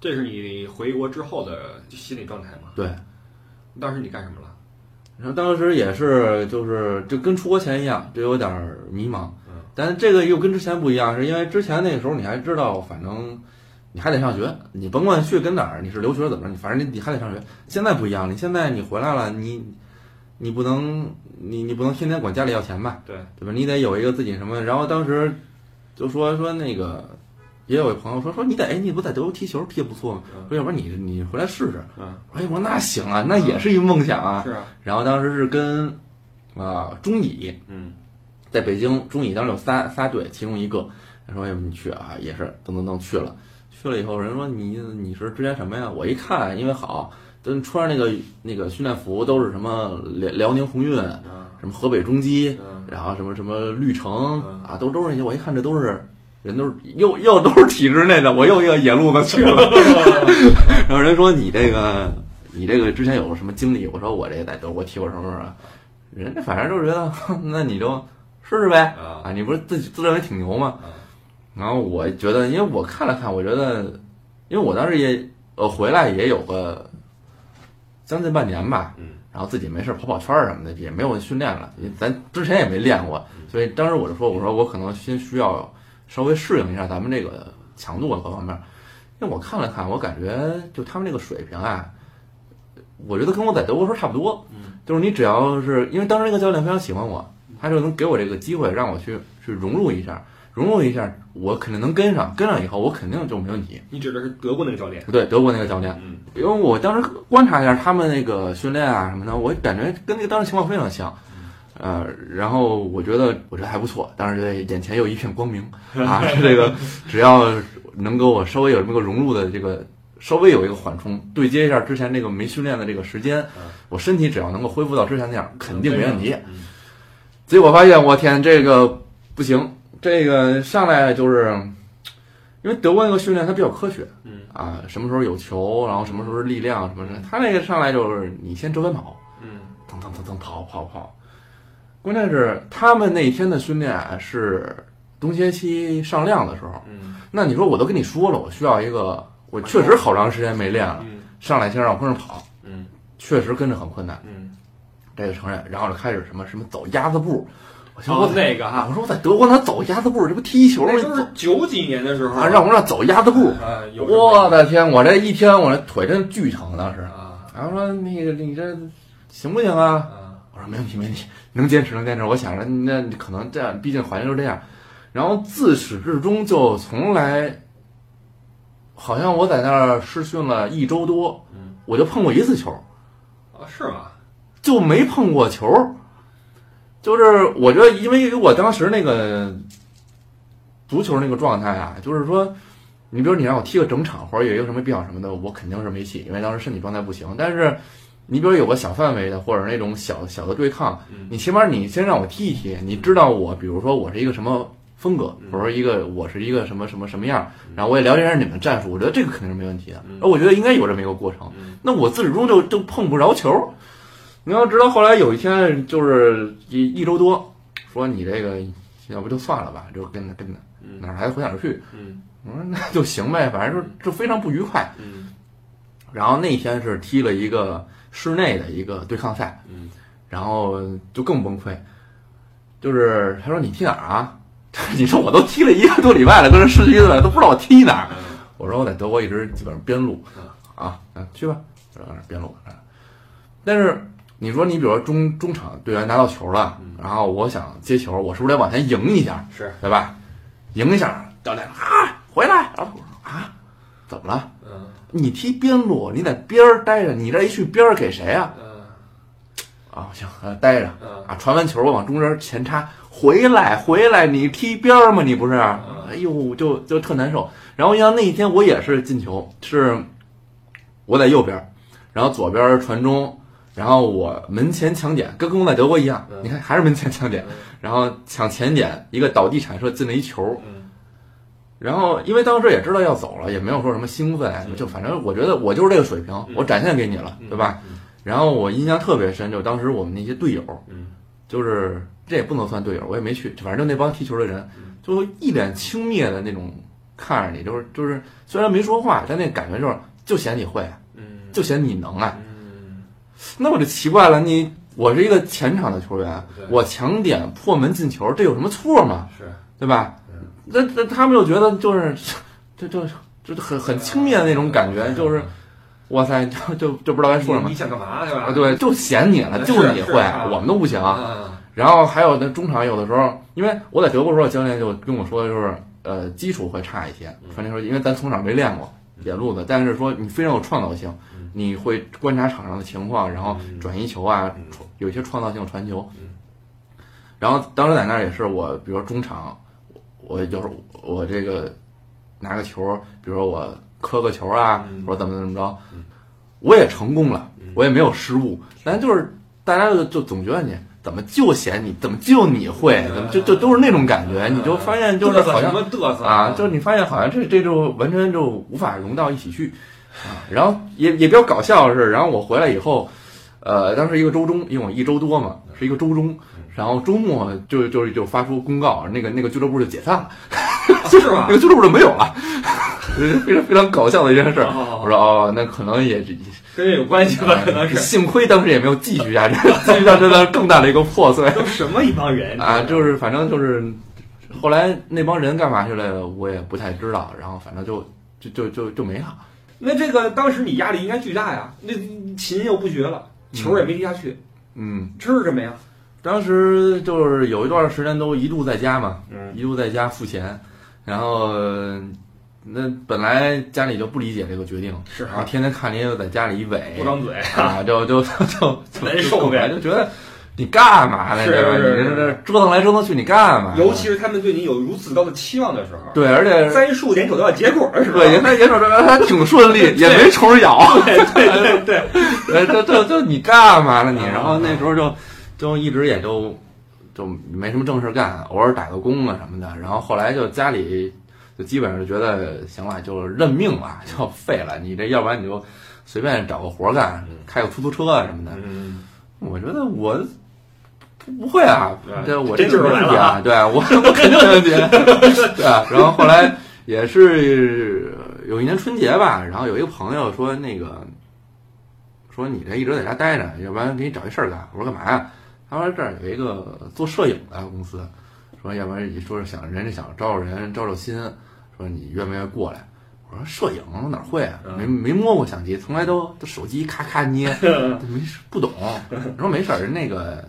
[SPEAKER 1] 这是你回国之后的心理状态吗？
[SPEAKER 2] 对，
[SPEAKER 1] 当时你干什么了？
[SPEAKER 2] 然后当时也是就是就跟出国前一样，就有点儿迷茫
[SPEAKER 1] 嗯，
[SPEAKER 2] 但这个又跟之前不一样，是因为之前那个时候你还知道，反正你还得上学，你甭管去跟哪儿，你是留学怎么着，你反正你你还得上学。现在不一样，你现在你回来了，你你不能你你不能天天管家里要钱吧，
[SPEAKER 1] 对，
[SPEAKER 2] 对吧？你得有一个自己什么。然后当时就说说那个，也有一朋友说说你在哎你不在德国踢球踢得不错吗？
[SPEAKER 1] 嗯
[SPEAKER 2] 说要不然你你回来试试。
[SPEAKER 1] 嗯，
[SPEAKER 2] 哎，我说那行啊，那也是一梦想啊。
[SPEAKER 1] 是啊，
[SPEAKER 2] 然后当时是跟啊、中乙
[SPEAKER 1] 嗯
[SPEAKER 2] 在北京，中乙当时有仨仨队，其中一个他说要不你去啊，也是噔噔噔去了，去了以后人说你你是之前什么呀？我一看因为好，都穿着那个那个训练服都是什么辽辽宁鸿运，
[SPEAKER 1] 嗯
[SPEAKER 2] 什么河北中基，
[SPEAKER 1] 嗯
[SPEAKER 2] 然后什么什么绿城
[SPEAKER 1] 嗯
[SPEAKER 2] 啊，都都是那些，我一看这都是。人都是又又都是体制内的，我又一个野路子去了。然后人说你这个你这个之前有什么经历？我说我这个在德国踢过什么什么，人家反正就觉得 那你就试试呗
[SPEAKER 1] 啊
[SPEAKER 2] 啊，你不是自己自认为挺牛吗？
[SPEAKER 1] 啊
[SPEAKER 2] 然后我觉得，因为我看了看，我觉得，因为我当时也呃回来也有个将近半年吧，
[SPEAKER 1] 嗯，
[SPEAKER 2] 然后自己没事跑跑圈儿什么的，也没有训练了，也咱之前也没练过，所以当时我就说，我说我可能先需要稍微适应一下咱们这个强度啊各方面，因为我看了看，我感觉就他们这个水平啊，我觉得跟我在德国时候差不多，
[SPEAKER 1] 嗯，
[SPEAKER 2] 就是你只要是因为当时那个教练非常喜欢我，他就能给我这个机会让我去去融入一下，融入一下，我肯定能跟上，跟上以后我肯定就没问题。
[SPEAKER 1] 你指的是德国那个教练，
[SPEAKER 2] 不对，德国那个教练，
[SPEAKER 1] 嗯
[SPEAKER 2] 因为我当时观察一下他们那个训练啊什么的，我感觉跟那个当时情况非常像。呃，然后我觉得我觉得还不错，当时觉得眼前有一片光明啊，这个只要能给我稍微有这么个融入的这个稍微有一个缓冲，对接一下之前那个没训练的这个时间
[SPEAKER 1] 嗯，
[SPEAKER 2] 我身体只要能够恢复到之前那样，肯定没问题。
[SPEAKER 1] 嗯
[SPEAKER 2] 结果发现，我天，这个不行，这个上来就是，因为德国那个训练它比较科学，
[SPEAKER 1] 嗯
[SPEAKER 2] 啊，什么时候有球，然后什么时候是力量，什么的，他那个上来就是你先折返跑，
[SPEAKER 1] 嗯
[SPEAKER 2] 腾腾腾腾跑跑跑。关键是他们那天的训练啊是冬歇期上量的时候，
[SPEAKER 1] 嗯
[SPEAKER 2] 那你说我都跟你说了，我需要一个，我确实好长时间没练了，
[SPEAKER 1] 嗯
[SPEAKER 2] 上来先让我跟着跑，
[SPEAKER 1] 嗯
[SPEAKER 2] 确实跟着很困难，
[SPEAKER 1] 嗯，
[SPEAKER 2] 这个承认。然后就开始什么什么走鸭子步，我想
[SPEAKER 1] 然
[SPEAKER 2] 我
[SPEAKER 1] 后
[SPEAKER 2] 在
[SPEAKER 1] 那个
[SPEAKER 2] 啊，
[SPEAKER 1] 哈，
[SPEAKER 2] 我说我在德国哪走鸭子步，这不踢球吗
[SPEAKER 1] 那？都是九几年的时候
[SPEAKER 2] 啊，让我让走鸭子步，
[SPEAKER 1] 啊，有这么
[SPEAKER 2] 我的天，我这一天我这腿真巨疼，当时。
[SPEAKER 1] 啊
[SPEAKER 2] 然后说那个你这行不行啊？
[SPEAKER 1] 啊
[SPEAKER 2] 我说没问题，没问题，能坚持，能坚持。我想着那你可能这样，毕竟环境就这样。然后自始至终就从来，好像我在那儿试训了一周多，
[SPEAKER 1] 嗯
[SPEAKER 2] 我就碰过一次球，
[SPEAKER 1] 啊是吗？
[SPEAKER 2] 就没碰过球。就是我觉得，因为我当时那个足球那个状态啊，就是说，你比如你让我踢个整场或者有一个什么变化什么的，我肯定是没戏，因为当时身体状态不行。但是你比如有个小范围的或者那种小小的对抗，
[SPEAKER 1] 嗯
[SPEAKER 2] 你起码你先让我踢一踢，你知道我，比如说我是一个什么风格，
[SPEAKER 1] 嗯
[SPEAKER 2] 或者说一个我是一个什么什么什么样
[SPEAKER 1] 嗯，
[SPEAKER 2] 然后我也了解一下你们的战术，我觉得这个肯定是没问题的
[SPEAKER 1] 嗯。
[SPEAKER 2] 而我觉得应该有这么一个过程。
[SPEAKER 1] 嗯
[SPEAKER 2] 那我自始至终就就碰不着球。你要知道，后来有一天就是一一周多，说你这个要不就算了吧，就跟他跟他
[SPEAKER 1] 嗯
[SPEAKER 2] 哪儿还回哪儿去。
[SPEAKER 1] 嗯
[SPEAKER 2] 我说那就行呗，反正就就非常不愉快。
[SPEAKER 1] 嗯
[SPEAKER 2] 然后那天是踢了一个室内的一个对抗赛，
[SPEAKER 1] 嗯
[SPEAKER 2] 然后就更崩溃。就是他说你踢哪儿啊？ 你说我都踢了一个多礼拜了，搁这市区了，都不知道我踢哪儿。我说我在德国一直基本上边路
[SPEAKER 1] 嗯，
[SPEAKER 2] 啊，嗯，去吧，然后边路。嗯但是你说你比如说中中场队员拿到球了
[SPEAKER 1] 嗯，
[SPEAKER 2] 然后我想接球，我是不是得往前迎一下，
[SPEAKER 1] 是
[SPEAKER 2] 对吧？迎一下，教练啊，回来，然后我说啊，怎么了？
[SPEAKER 1] 嗯
[SPEAKER 2] 你踢边路，你在边儿待着，你这一去边儿给谁啊？
[SPEAKER 1] 嗯
[SPEAKER 2] 啊，行，呃待着。
[SPEAKER 1] 嗯
[SPEAKER 2] 啊，传完球我往中间前插，回来回来，你踢边儿吗？你不是？哎呦，就就特难受。然后像那一天我也是进球，是我在右边儿，然后左边儿传中，然后我门前抢点，跟跟我在德国一样
[SPEAKER 1] 嗯，
[SPEAKER 2] 你看还是门前抢点，然后抢前点一个倒地铲射进了一球。
[SPEAKER 1] 嗯
[SPEAKER 2] 然后因为当时也知道要走了，也没有说什么兴奋，
[SPEAKER 1] 嗯
[SPEAKER 2] 就反正我觉得我就是这个水平，
[SPEAKER 1] 嗯
[SPEAKER 2] 我展现给你了，对吧？？然后我印象特别深，就当时我们那些队友。
[SPEAKER 1] 嗯
[SPEAKER 2] 就是这也不能算队友，我也没去，反正就那帮踢球的人
[SPEAKER 1] 嗯，
[SPEAKER 2] 就一脸轻蔑的那种看着你，就是就是虽然没说话，但那感觉就是就嫌你会，
[SPEAKER 1] 嗯
[SPEAKER 2] 就嫌你能啊。
[SPEAKER 1] 嗯
[SPEAKER 2] 那我就奇怪了，你我是一个前场的球员
[SPEAKER 1] 对，
[SPEAKER 2] 我抢点破门进球，这有什么错吗？
[SPEAKER 1] 是
[SPEAKER 2] 对吧？
[SPEAKER 1] 嗯
[SPEAKER 2] 那那他们就觉得就是 这这这很很轻蔑的那种感觉，就是哇塞，就就就不知道该说什么
[SPEAKER 1] 嗯你想干嘛对吧？
[SPEAKER 2] 啊！对，就嫌你了，
[SPEAKER 1] 是
[SPEAKER 2] 就是你
[SPEAKER 1] 是
[SPEAKER 2] 会
[SPEAKER 1] 啊，
[SPEAKER 2] 我们都不行。
[SPEAKER 1] 啊
[SPEAKER 2] 然后还有那中场有的时候，因为我在德国时候，教练就跟我说，就是呃基础会差一
[SPEAKER 1] 嗯
[SPEAKER 2] 些，传球，因为咱从小没练过野路子，但是说你非常有创造性
[SPEAKER 1] 嗯，
[SPEAKER 2] 你会观察场上的情况，然后
[SPEAKER 1] 嗯
[SPEAKER 2] 转移球啊
[SPEAKER 1] 嗯，
[SPEAKER 2] 创有一些创造性传球
[SPEAKER 1] 嗯。
[SPEAKER 2] 然后当时在那儿也是我，比如说中场，我就是我这个拿个球，比如说我磕个球啊
[SPEAKER 1] 嗯，
[SPEAKER 2] 或者怎么怎么着
[SPEAKER 1] 嗯，
[SPEAKER 2] 我也成功了
[SPEAKER 1] 嗯，
[SPEAKER 2] 我也没有失误，但就是大家就就总觉得你怎么就嫌你，怎么就你会，
[SPEAKER 1] 嗯
[SPEAKER 2] 怎么就就都是那种感觉，
[SPEAKER 1] 嗯
[SPEAKER 2] 哎你就发现就是好
[SPEAKER 1] 什
[SPEAKER 2] 像
[SPEAKER 1] 么嘚瑟
[SPEAKER 2] 啊，就是你发现好像这这就完全就无法融到一起去啊。然后也也比较搞笑的是，然后我回来以后，呃，当时一个周中，因为我一周多嘛，是一个周中，然后周末就就就发出公告，那个那个俱乐部就解散了，
[SPEAKER 1] 啊是吧
[SPEAKER 2] 那？个俱乐部就没有了，非常非常搞笑的一件事儿。
[SPEAKER 1] 哦
[SPEAKER 2] 我说哦，那可能也
[SPEAKER 1] 跟 这有关系吧？可能 是
[SPEAKER 2] 幸亏当时也没有继续下去，继续下去那更大的一个破碎
[SPEAKER 1] 都什么一帮人
[SPEAKER 2] 啊！就是反正就是后来那帮人干嘛去了，我也不太知道。然后反正就就就就就没了。
[SPEAKER 1] 那这个当时你压力应该巨大呀，那琴又不学了，球也没踢下去，
[SPEAKER 2] 嗯，
[SPEAKER 1] 吃什么呀？
[SPEAKER 2] 当时就是有一段时间都一度在家嘛，
[SPEAKER 1] 嗯
[SPEAKER 2] 一度在家付钱，然后那本来家里就不理解这个决定，
[SPEAKER 1] 是
[SPEAKER 2] 然后天天看您又在家里一萎，
[SPEAKER 1] 不张嘴，
[SPEAKER 2] 啊，就就就就 就
[SPEAKER 1] 难受呗
[SPEAKER 2] 就觉得你干嘛呢？
[SPEAKER 1] 是
[SPEAKER 2] 对
[SPEAKER 1] 是
[SPEAKER 2] 吧？你
[SPEAKER 1] 是
[SPEAKER 2] 这这折腾来折腾去，你干嘛呢？
[SPEAKER 1] 尤其是他们对你有如此高的期望的时候，
[SPEAKER 2] 对，而且
[SPEAKER 1] 栽树点酒都要结果的时候，
[SPEAKER 2] 对，也他也说这还挺顺利，也没虫咬，
[SPEAKER 1] 对对对，
[SPEAKER 2] 呃，这这这你干嘛呢你？
[SPEAKER 1] 啊
[SPEAKER 2] 然后那时候就就一直也就就没什么正事干，偶尔打个工啊什么的。然后后来就家里就基本上就觉得行了，就认命吧，就废了。你这要不然你就随便找个活儿干
[SPEAKER 1] 嗯，
[SPEAKER 2] 开个出租车啊什么的。
[SPEAKER 1] 嗯，
[SPEAKER 2] 我觉得我不不会啊
[SPEAKER 1] 啊，
[SPEAKER 2] 对我
[SPEAKER 1] 这
[SPEAKER 2] 这
[SPEAKER 1] 劲儿
[SPEAKER 2] 没
[SPEAKER 1] 来
[SPEAKER 2] 问
[SPEAKER 1] 了
[SPEAKER 2] 题啊，对 我我肯定没问题，对啊。然后后来也是呃有一年春节吧，然后有一个朋友说那个说你这一直在家待着，要不然给你找一事儿干。我说干嘛呀？他说这儿有一个做摄影的公司，说要不然你说是想人家想招招人招招新，说你愿不愿意过来？我说摄影我哪会啊，
[SPEAKER 1] 嗯
[SPEAKER 2] 没没摸过相机，从来都都手机咔 咔捏，没事不懂，我说没事儿，那个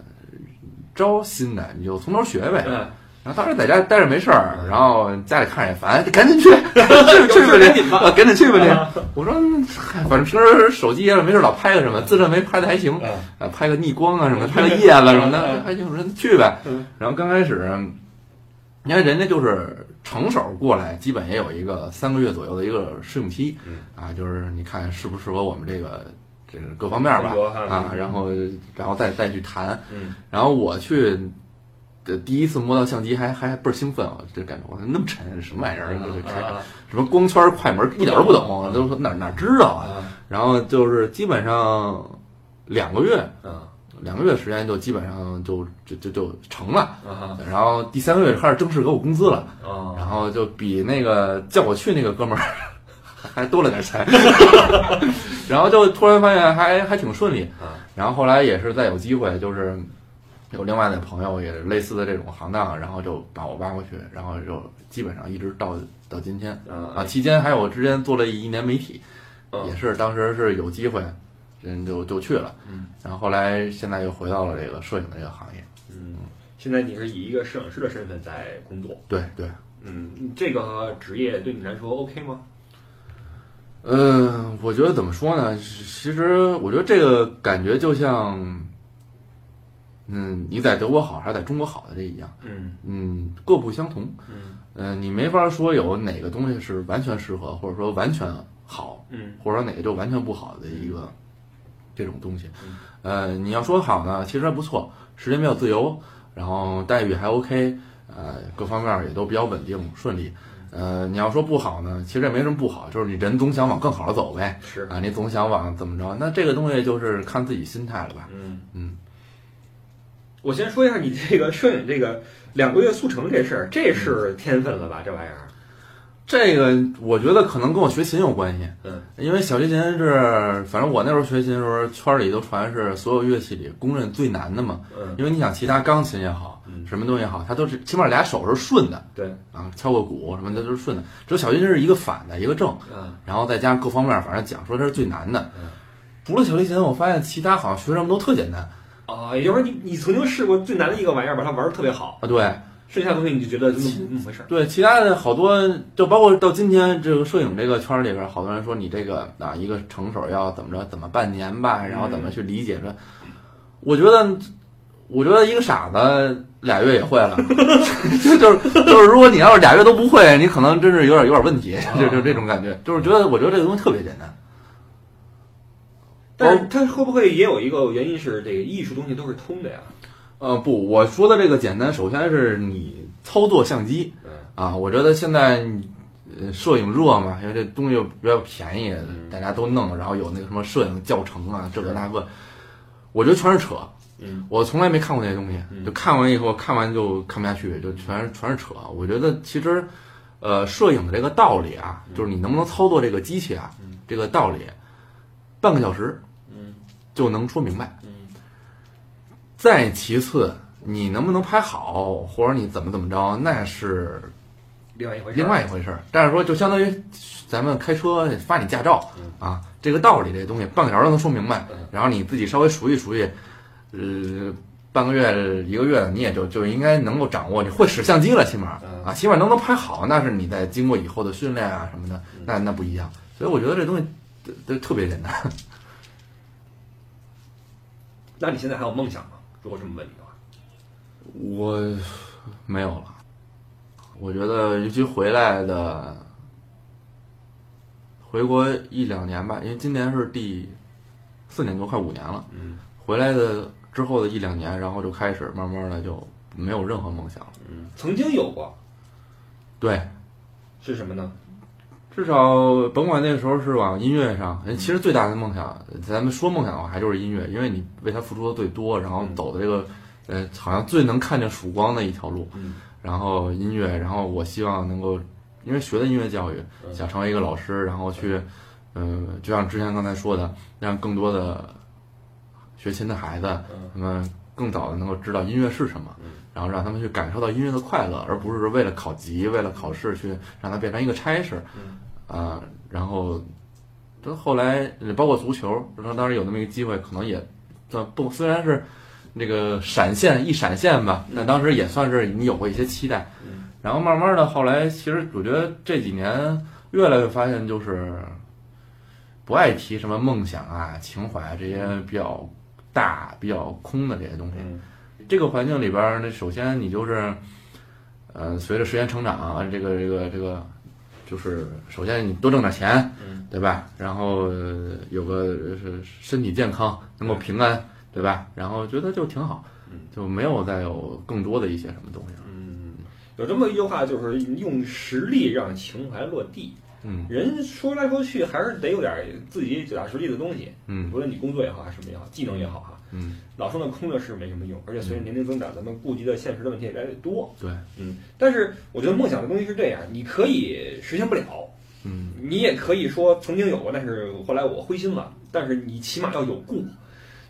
[SPEAKER 2] 招新的你就从头学呗。
[SPEAKER 1] 嗯
[SPEAKER 2] 然后当时在家待着没事儿，然后家里看着也 烦，赶紧去，去去吧
[SPEAKER 1] 有事儿
[SPEAKER 2] 你，
[SPEAKER 1] 赶紧吧
[SPEAKER 2] 啊赶紧去吧
[SPEAKER 1] 啊
[SPEAKER 2] 你。我说，嗯嗨，反正平时手机也没事儿老拍个什么，自认为拍的还行，啊，拍个逆光啊什么，拍个夜了什么
[SPEAKER 1] 嗯
[SPEAKER 2] 的
[SPEAKER 1] 嗯，
[SPEAKER 2] 还行，我说去呗
[SPEAKER 1] 嗯。
[SPEAKER 2] 然后刚开始，你看人家就是成手过来，基本也有一个三个月左右的一个试用期
[SPEAKER 1] 嗯，
[SPEAKER 2] 啊，就是你看适不适合我们这个这个各方面吧
[SPEAKER 1] 风格哈，
[SPEAKER 2] 啊，然后然后再再去谈。
[SPEAKER 1] 嗯，
[SPEAKER 2] 然后我去的第一次摸到相机还还倍儿兴奋，我这感觉我说那么沉什么玩意儿，这这这
[SPEAKER 1] 啊
[SPEAKER 2] 什么光圈快门一点都不
[SPEAKER 1] 嗯
[SPEAKER 2] 懂，都说哪哪知道啊？
[SPEAKER 1] 啊
[SPEAKER 2] 然后就是基本上两个月，
[SPEAKER 1] 啊
[SPEAKER 2] 两个月时间就基本上就就就就成了。
[SPEAKER 1] 啊
[SPEAKER 2] 然后第三个月就开始正式给我工资了，然
[SPEAKER 1] 啊！
[SPEAKER 2] 后就比那个叫我去那个哥们儿 还多了点钱， 然后就突然发现还还挺顺利
[SPEAKER 1] 啊。
[SPEAKER 2] 然后后来也是再有机会，就是有另外的朋友也是类似的这种行当，然后就把我挖过去，然后就基本上一直到到今天啊。
[SPEAKER 1] 啊
[SPEAKER 2] 期间还有之前做了一年媒体，
[SPEAKER 1] 嗯
[SPEAKER 2] 也是当时是有机会，人就就去了。
[SPEAKER 1] 嗯，
[SPEAKER 2] 然后后来现在又回到了这个摄影的这个行业。
[SPEAKER 1] 嗯，现在你是以一个摄影师的身份在工作，
[SPEAKER 2] 对对，
[SPEAKER 1] 嗯，这个职业对你来说 OK 吗？
[SPEAKER 2] 嗯，我觉得怎么说呢？其实我觉得这个感觉就像，嗯，你在德国好还是在中国好的这一样，
[SPEAKER 1] 嗯
[SPEAKER 2] 嗯，各不相同。
[SPEAKER 1] 嗯
[SPEAKER 2] 嗯，你没法说有哪个东西是完全适合，或者说完全好，
[SPEAKER 1] 嗯
[SPEAKER 2] 或者说哪个就完全不好的一个这种东西。呃，你要说好呢，其实还不错，时间比较自由，然后待遇还 OK，呃，各方面也都比较稳定顺利。呃，你要说不好呢，其实也没什么不好，就是你人总想往更好的走呗。
[SPEAKER 1] 是
[SPEAKER 2] 啊，你总想往怎么着？那这个东西就是看自己心态了吧？
[SPEAKER 1] 嗯
[SPEAKER 2] 嗯，
[SPEAKER 1] 我先说一下你这个摄影这个两个月速成这事儿，这是天分了吧？这玩意儿，
[SPEAKER 2] 这个我觉得可能跟我学琴有关系，
[SPEAKER 1] 嗯，
[SPEAKER 2] 因为小提琴是，反正我那时候学琴的时候，圈里都传是所有乐器里公认最难的嘛。
[SPEAKER 1] 嗯
[SPEAKER 2] 因为你想，其他钢琴也好，
[SPEAKER 1] 嗯
[SPEAKER 2] 什么东西也好，它都是起码俩手是顺的
[SPEAKER 1] 对
[SPEAKER 2] 啊，敲个鼓什么的都是顺的，只有小提琴是一个反的，一个正，
[SPEAKER 1] 啊
[SPEAKER 2] 然后再加上各方面，反正讲说这是最难的
[SPEAKER 1] 嗯。
[SPEAKER 2] 除了小提琴，我发现其他好像学什么都特简单
[SPEAKER 1] 啊，也就是说你你曾经试过最难的一个玩意儿，把它玩的特别好，
[SPEAKER 2] 啊，对，
[SPEAKER 1] 剩下的东西你就觉得嗯嗯没事儿，
[SPEAKER 2] 对，其他的好多，就包括到今天这个摄影这个圈儿里边儿，好多人说你这个啊，一个成手要怎么着，怎么半年吧，然后怎么去理解这。我觉得，我觉得一个傻子俩月也会了， 就就是就是，如果你要是俩月都不会，你可能真是有点有点问题，就就这种感觉。就是觉得，我觉得这个东西特别简单。
[SPEAKER 1] 但是它会不会也有一个原因是这个艺术东西都是通的呀？
[SPEAKER 2] 呃，不，我说的这个简单，首先是你操作相机，
[SPEAKER 1] 嗯
[SPEAKER 2] 啊，我觉得现在呃摄影热嘛，因为这东西比较便宜
[SPEAKER 1] 嗯，
[SPEAKER 2] 大家都弄，然后有那个什么摄影教程啊，这个那个，我觉得全是扯，
[SPEAKER 1] 嗯
[SPEAKER 2] 我从来没看过那些东西
[SPEAKER 1] 嗯，
[SPEAKER 2] 就看完以后看完就看不下去，就全是全是扯。我觉得其实，呃，摄影的这个道理啊，就是你能不能操作这个机器啊
[SPEAKER 1] 嗯，
[SPEAKER 2] 这个道理，半个小时
[SPEAKER 3] 嗯
[SPEAKER 2] 就能说明白。
[SPEAKER 3] 嗯
[SPEAKER 2] 再其次，你能不能拍好，或者你怎么怎么着，那是
[SPEAKER 1] 另外一回事儿。
[SPEAKER 2] 另外一回事儿。但是说，就相当于咱们开车发你驾照啊，这个道理这东西，半个小时都能说明白
[SPEAKER 1] 嗯。
[SPEAKER 2] 然后你自己稍微熟悉熟悉，呃，半个月一个月，你也就就应该能够掌握。你会使相机了，起码
[SPEAKER 1] 嗯
[SPEAKER 2] 啊，起码能能拍好，那是你在经过以后的训练啊什么的，
[SPEAKER 1] 嗯
[SPEAKER 2] 那那不一样。所以我觉得这东西都都特别简单。
[SPEAKER 1] 那你现在还有梦想吗？如果这么问你的话，
[SPEAKER 2] 我没有了。我觉得，尤其回来的，回国一两年吧，因为今年是第四年多，快五年了。
[SPEAKER 1] 嗯
[SPEAKER 2] 回来的之后的一两年，然后就开始慢慢的就没有任何梦想了。
[SPEAKER 1] 嗯，曾经有过
[SPEAKER 2] 对，
[SPEAKER 1] 是什么呢？
[SPEAKER 2] 至少甭管那时候是往音乐上，其实最大的梦想，咱们说梦想的话，还就是音乐，因为你为它付出的最多，然后走的这个，呃，好像最能看见曙光的一条路。
[SPEAKER 1] 嗯
[SPEAKER 2] 然后音乐，然后我希望能够，因为学的音乐教育，
[SPEAKER 1] 嗯
[SPEAKER 2] 想成为一个老师，然后去，嗯、就像之前刚才说的，让更多的学琴的孩子，
[SPEAKER 1] 嗯
[SPEAKER 2] 他们更早的能够知道音乐是什么
[SPEAKER 1] 嗯，
[SPEAKER 2] 然后让他们去感受到音乐的快乐，而不是为了考级、为了考试去让它变成一个差事。
[SPEAKER 1] 嗯
[SPEAKER 2] 啊，然后，这后来呃包括足球，然后当时有那么一个机会，可能也算不虽然是那个闪现一闪现吧，但当时也算是你有过一些期待。
[SPEAKER 1] 嗯
[SPEAKER 2] 然后慢慢的，后来其实我觉得这几年越来越发现，就是不爱提什么梦想啊、情怀啊这些比较大、比较空的这些东西。
[SPEAKER 1] 嗯
[SPEAKER 2] 这个环境里边儿，那首先你就是，呃，随着时间成长，啊这个这个这个，就是首先你多挣点钱，
[SPEAKER 1] 嗯
[SPEAKER 2] 对吧？然后呃有个呃是身体健康，能够平安，对吧？然后觉得就挺好
[SPEAKER 1] 嗯，
[SPEAKER 2] 就没有再有更多的一些什么东西了。
[SPEAKER 1] 嗯，有这么一句话，就是用实力让情怀落地。
[SPEAKER 2] 嗯
[SPEAKER 1] 人说来说去还是得有点自己脚踏实地的东西，
[SPEAKER 2] 嗯
[SPEAKER 1] 无论你工作也好，还是什么也好，技能也好哈，
[SPEAKER 2] 嗯，
[SPEAKER 1] 老说那空着是没什么用。而且随着年龄增长，咱们顾及的现实的问题也越来越多。
[SPEAKER 2] 对，
[SPEAKER 1] 嗯，但是我觉得梦想的东西是这样，你可以实现不了，
[SPEAKER 2] 嗯
[SPEAKER 1] 你也可以说曾经有过，但是后来我灰心了。但是你起码要有故，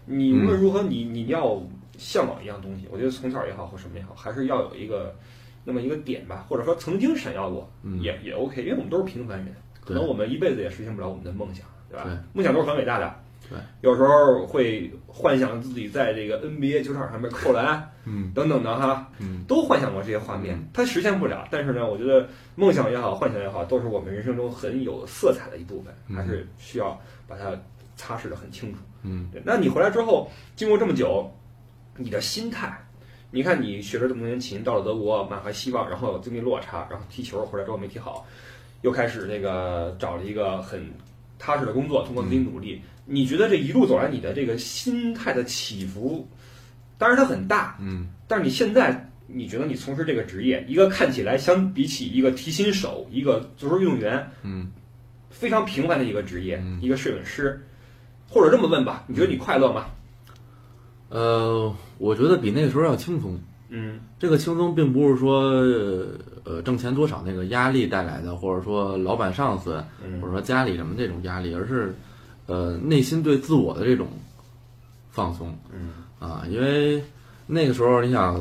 [SPEAKER 1] 你无
[SPEAKER 2] 嗯
[SPEAKER 1] 论如何，你你要向往一样东西。我觉得从小也好，或什么也好，还是要有一个那么一个点吧，或者说曾经闪耀过，
[SPEAKER 2] 嗯，
[SPEAKER 1] 也也 OK。因为我们都是平凡人，可
[SPEAKER 2] 对
[SPEAKER 1] 能我们一辈子也实现不了我们的梦想，对吧
[SPEAKER 2] 对？
[SPEAKER 1] 梦想都是很伟大的。
[SPEAKER 2] 对，
[SPEAKER 1] 有时候会幻想自己在这个 NBA 球场上面扣篮
[SPEAKER 2] 嗯
[SPEAKER 1] 等等的哈，
[SPEAKER 2] 嗯
[SPEAKER 1] 都幻想过这些画面，它实现不了。但是呢，我觉得梦想也好，幻想也好，都是我们人生中很有色彩的一部分，
[SPEAKER 2] 嗯
[SPEAKER 1] 还是需要把它擦拭的很清楚。
[SPEAKER 2] 嗯
[SPEAKER 1] 对，那你回来之后，经过这么久，你的心态，你看你学了这么多年琴，到了德国满怀希望，然后经历落差，然后踢球回来之后没踢好，又开始那个找了一个很踏实的工作，通过自己努力，你觉得这一路走来，你的这个心态的起伏，当然它很大，
[SPEAKER 2] 嗯
[SPEAKER 1] 但是你现在，你觉得你从事这个职业，一个看起来相比起一个提琴手、一个足球运动员
[SPEAKER 2] 嗯，
[SPEAKER 1] 非常平凡的一个职业，
[SPEAKER 2] 嗯
[SPEAKER 1] 一个摄影师，或者这么问吧，你觉得你快乐吗？
[SPEAKER 2] 呃，我觉得比那个时候要轻松。
[SPEAKER 1] 嗯
[SPEAKER 2] 这个轻松并不是说呃挣钱多少那个压力带来的，或者说老板上司或
[SPEAKER 1] 嗯
[SPEAKER 2] 者说家里什么这种压力，而是呃内心对自我的这种放松
[SPEAKER 1] 嗯，
[SPEAKER 2] 啊，因为那个时候你想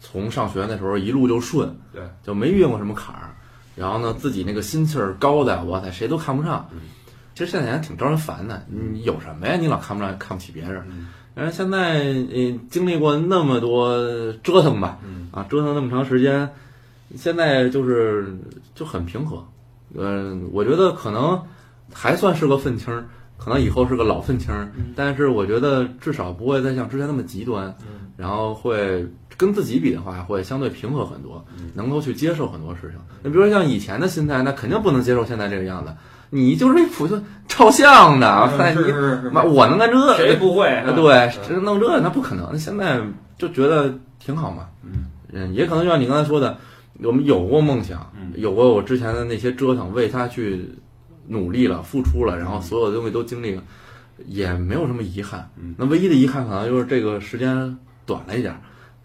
[SPEAKER 2] 从上学那时候一路就顺，
[SPEAKER 1] 对，
[SPEAKER 2] 就没遇过什么坎儿，然后呢自己那个心气儿高的，哇塞谁都看不上
[SPEAKER 1] 嗯。
[SPEAKER 2] 其实现在也挺招人烦的，你有什么呀？你老看不上看不起别人，
[SPEAKER 1] 嗯
[SPEAKER 2] 然后现在嗯经历过那么多折腾吧，
[SPEAKER 1] 嗯
[SPEAKER 2] 啊，折腾那么长时间，现在就是就很平和。嗯、我觉得可能还算是个愤青儿，可能以后是个老愤青儿，
[SPEAKER 1] 嗯
[SPEAKER 2] 但是我觉得至少不会再像之前那么极端，
[SPEAKER 1] 嗯
[SPEAKER 2] 然后会跟自己比的话，会相对平和很多
[SPEAKER 1] 嗯，
[SPEAKER 2] 能够去接受很多事情。你比如说像以前的心态，那肯定不能接受现在这个样子。你就是一普通照相的，啊，
[SPEAKER 1] 嗯
[SPEAKER 2] 塞
[SPEAKER 1] 是
[SPEAKER 2] 你
[SPEAKER 1] 是是
[SPEAKER 2] 妈，我能干这？
[SPEAKER 1] 谁不会？
[SPEAKER 2] 啊， 对，
[SPEAKER 1] 嗯
[SPEAKER 2] 这弄这那不可能。现在就觉得挺好嘛，
[SPEAKER 1] 嗯
[SPEAKER 2] 嗯，也可能就像你刚才说的，我们有过梦想
[SPEAKER 1] 嗯，
[SPEAKER 2] 有过我之前的那些折腾，为他去努力了、付出了，然后所有的东西都经历了，也没有什么遗憾
[SPEAKER 1] 嗯。
[SPEAKER 2] 那唯一的遗憾可能就是这个时间短了一点儿。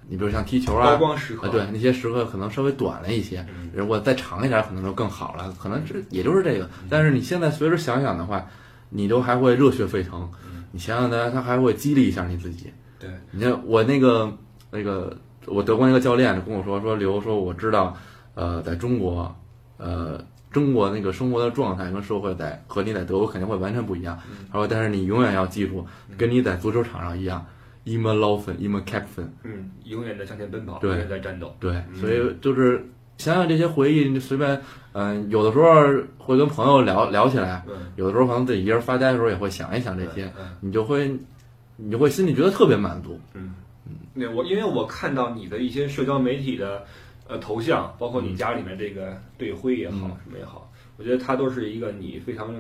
[SPEAKER 2] 你比如像踢球
[SPEAKER 1] 高
[SPEAKER 2] 啊，
[SPEAKER 1] 光时刻，
[SPEAKER 2] 啊，对，那些时刻可能稍微短了一些
[SPEAKER 1] 嗯，
[SPEAKER 2] 如果再长一点，可能就更好了。可能这也就是这个，但是你现在随时想想的话，你都还会热血沸腾。你想想他，他还会激励一下你自己。
[SPEAKER 1] 对，
[SPEAKER 2] 你看我那个那个，我德国那个教练跟我说说刘说我知道，呃，在中国，呃，中国那个生活的状态跟社会在和你在德国肯定会完全不一样。他说，但是你永远要记住，跟你在足球场上一样，immer laufen, immer kämpfen。
[SPEAKER 1] 嗯，永远在向前奔跑，
[SPEAKER 2] 对
[SPEAKER 1] 永远在战斗。
[SPEAKER 2] 对，
[SPEAKER 1] 嗯
[SPEAKER 2] 所以就是想想这些回忆，你随便，嗯、有的时候会跟朋友聊聊起来，
[SPEAKER 1] 嗯，
[SPEAKER 2] 有的时候可能自己一个人发呆的时候也会想一想这些，
[SPEAKER 1] 嗯
[SPEAKER 2] 你就会，你就会心里觉得特别满足。
[SPEAKER 1] 嗯，那我因为我看到你的一些社交媒体的呃头像，包括你家里面这个队徽也好，
[SPEAKER 2] 嗯
[SPEAKER 1] 什么也好，我觉得它都是一个你非常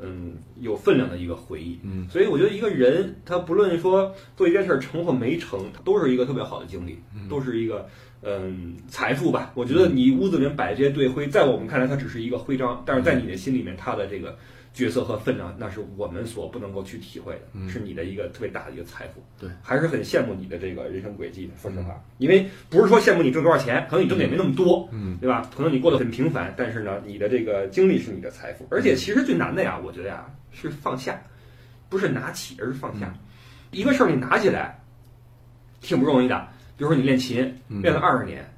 [SPEAKER 1] 嗯有分量的一个回忆。
[SPEAKER 2] 嗯，
[SPEAKER 1] 所以我觉得一个人他不论说做一件事儿成或没成，他都是一个特别好的经历，都是一个嗯财富吧。我觉
[SPEAKER 2] 嗯
[SPEAKER 1] 得你屋子里面摆这些队徽，在我们看来它只是一个徽章，但是在你的心里面，它的这个。角色和分量，那是我们所不能够去体会的，
[SPEAKER 2] 嗯
[SPEAKER 1] 是你的一个特别大的一个财富。
[SPEAKER 2] 对，嗯
[SPEAKER 1] 还是很羡慕你的这个人生轨迹的。说实话，因为不是说羡慕你挣多少钱，可能你挣的也没那么多，
[SPEAKER 2] 嗯
[SPEAKER 1] 对吧？可能你过得很平凡，但是呢，你的这个经历是你的财富。
[SPEAKER 2] 嗯
[SPEAKER 1] 而且其实最难的呀，我觉得呀，是放下，不是拿起，而是放
[SPEAKER 2] 嗯
[SPEAKER 1] 下。一个事儿你拿起来，挺不容易的。比如说你练琴，
[SPEAKER 2] 嗯，
[SPEAKER 1] 练了二十年，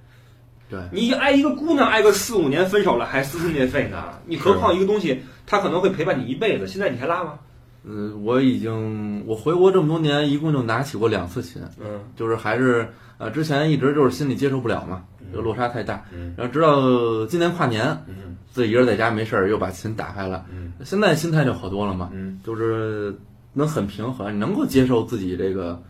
[SPEAKER 2] 对，
[SPEAKER 1] 你挨一个姑娘挨个四五年，分手了还撕心裂肺呢。你何况一个东西，它可能会陪伴你一辈子。现在你还拉吗？
[SPEAKER 2] 嗯、我已经我回国这么多年，一共就拿起过两次琴，
[SPEAKER 1] 嗯
[SPEAKER 2] 就是还是呃之前一直就是心里接受不了嘛，这个落差太大，
[SPEAKER 1] 嗯
[SPEAKER 2] 然后直到今年跨年
[SPEAKER 1] 嗯
[SPEAKER 2] 自己一个人在家没事儿又把琴打开了，
[SPEAKER 1] 嗯
[SPEAKER 2] 现在心态就好多了嘛。
[SPEAKER 1] 嗯
[SPEAKER 2] 就是能很平衡，能够接受自己这个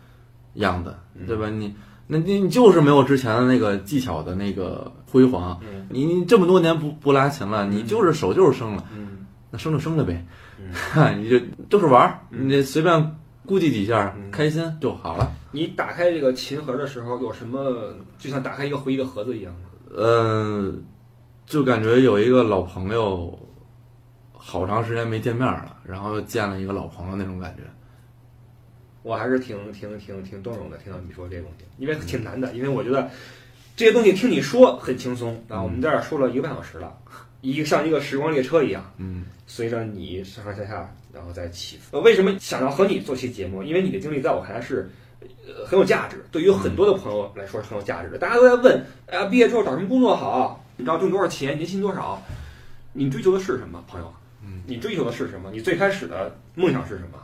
[SPEAKER 2] 样子，
[SPEAKER 1] 嗯
[SPEAKER 2] 对吧？你那你你就是没有之前的那个技巧的那个辉煌，
[SPEAKER 1] 嗯
[SPEAKER 2] 你你这么多年不不拉琴了，你就是手就是生了，
[SPEAKER 1] 嗯
[SPEAKER 2] 那生就生了呗，
[SPEAKER 1] 嗯
[SPEAKER 2] 你就就是玩儿，
[SPEAKER 1] 嗯
[SPEAKER 2] 你随便估计几下，
[SPEAKER 1] 嗯
[SPEAKER 2] 开心就好了。
[SPEAKER 1] 你打开这个琴盒的时候，有什么就像打开一个回忆的盒子一样吗？
[SPEAKER 2] 嗯、就感觉有一个老朋友，好长时间没见面了，然后又见了一个老朋友那种感觉。
[SPEAKER 1] 我还是挺挺挺挺动容的，听到你说这些东西，嗯因为挺难的，因为我觉得这些东西听你说很轻松啊，我们在这儿说了一个半小时了，一个像一个时光列车一样，
[SPEAKER 2] 嗯
[SPEAKER 1] 随着你上上下下，然后再起伏。呃为什么想要和你做期节目？因为你的经历在我看来是。呃，很有价值，对于很多的朋友来说是很有价值的。大家都在问，哎、呀，毕业之后找什么工作好？你知道挣多少钱？年薪多少？你追求的是什么，朋友？
[SPEAKER 2] 嗯，
[SPEAKER 1] 你追求的是什么？你最开始的梦想是什么？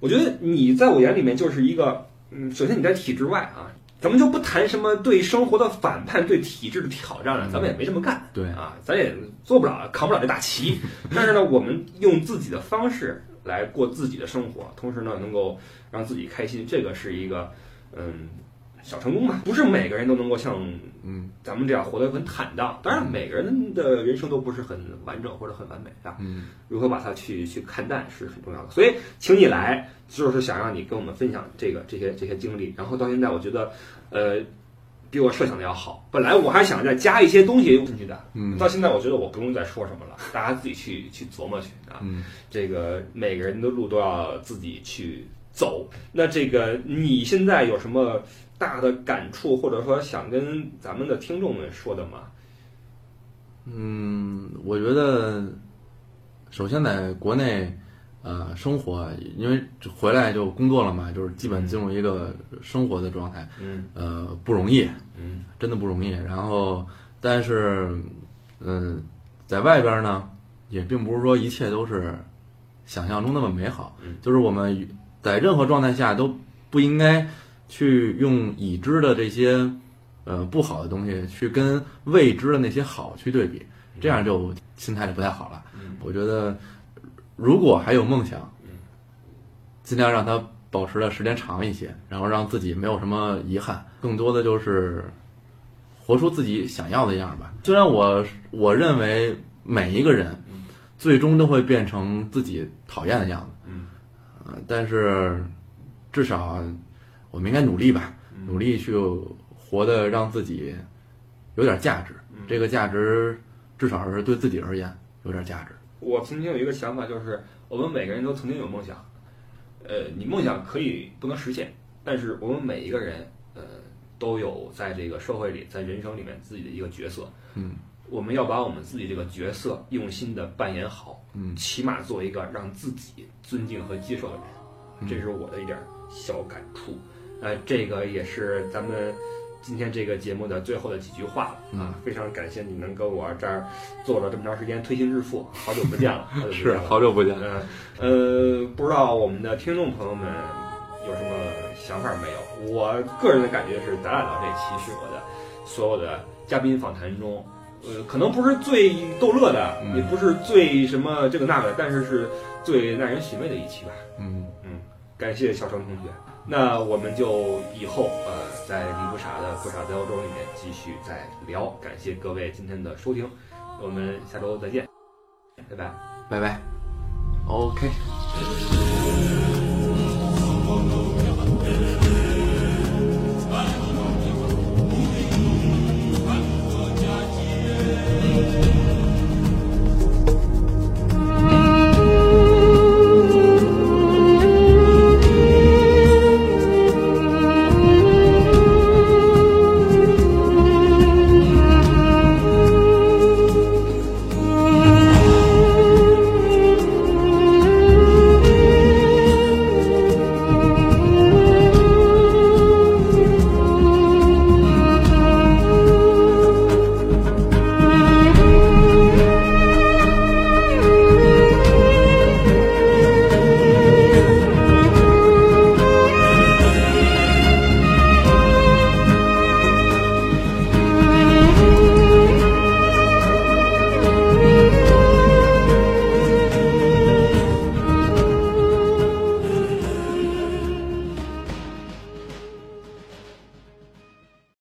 [SPEAKER 1] 我觉得你在我眼里面就是一个，嗯，首先你在体制外啊，咱们就不谈什么对生活的反叛、对体制的挑战了，咱们也没这么干。
[SPEAKER 2] 对，
[SPEAKER 1] 啊，咱也做不了，扛不了这大旗。但是呢，我们用自己的方式来过自己的生活，同时呢，能够让自己开心，这个是一个嗯小成功吧。不是每个人都能够像
[SPEAKER 2] 嗯
[SPEAKER 1] 咱们这样活得很坦荡，当然每个人的人生都不是很完整或者很完美啊。
[SPEAKER 2] 嗯，
[SPEAKER 1] 如何把它去去看待是很重要的。所以，请你来就是想让你跟我们分享这个这些这些经历。然后到现在，我觉得，呃，比我设想的要好。本来我还想再加一些东西进去的，
[SPEAKER 2] 嗯
[SPEAKER 1] 到现在我觉得我不用再说什么了，大家自己去去琢磨去啊。
[SPEAKER 2] 嗯。
[SPEAKER 1] 这个每个人的路都要自己去走。那这个你现在有什么大的感触，或者说想跟咱们的听众们说的吗？
[SPEAKER 2] 嗯，我觉得，首先在国内，呃，生活，因为回来就工作了嘛，就是基本进入一个生活的状态，
[SPEAKER 1] 嗯
[SPEAKER 2] 呃，不容易，
[SPEAKER 1] 嗯
[SPEAKER 2] 真的不容易。然后，但是，嗯，在外边呢，也并不是说一切都是想象中那么美好
[SPEAKER 1] 嗯，
[SPEAKER 2] 就是我们在任何状态下都不应该去用已知的这些呃不好的东西去跟未知的那些好去对比，这样就心态就不太好了。
[SPEAKER 1] 嗯
[SPEAKER 2] 我觉得，如果还有梦想，尽量让它保持的时间长一些，然后让自己没有什么遗憾，更多的就是活出自己想要的样儿吧。虽然我我认为每一个人最终都会变成自己讨厌的样子，
[SPEAKER 1] 嗯
[SPEAKER 2] 呃，但是至少啊我们应该努力吧，努力去活得让自己有点价值，这个价值至少是对自己而言有点价值。
[SPEAKER 1] 我曾经有一个想法，就是我们每个人都曾经有梦想，呃，你梦想可以不能实现，但是我们每一个人，呃，都有在这个社会里，在人生里面自己的一个角色。
[SPEAKER 2] 嗯，
[SPEAKER 1] 我们要把我们自己这个角色用心的扮演好，
[SPEAKER 2] 嗯
[SPEAKER 1] 起码做一个让自己尊敬和接受的人，
[SPEAKER 2] 嗯
[SPEAKER 1] 这是我的一点小感触。呃，这个也是咱们今天这个节目的最后的几句话
[SPEAKER 2] 嗯
[SPEAKER 1] 了啊！非常感谢你能跟我这儿做了这么长时间推心置腹，好久不见了，好久不见
[SPEAKER 2] 是
[SPEAKER 1] 了。
[SPEAKER 2] 好久不见，
[SPEAKER 1] 嗯呃，不知道我们的听众朋友们有什么想法没有？我个人的感觉是，咱俩聊这期是我的所有的嘉宾访谈中，呃，可能不是最逗乐的，
[SPEAKER 2] 嗯
[SPEAKER 1] 也不是最什么这个那个的，但是是最耐人寻味的一期吧。
[SPEAKER 2] 嗯，
[SPEAKER 1] 感谢小程同学，那我们就以后呃，在尼布傻的不傻在欧洲里面继续再聊。感谢各位今天的收听，我们下周再见，拜拜。
[SPEAKER 2] 拜拜，OK。
[SPEAKER 3] Thank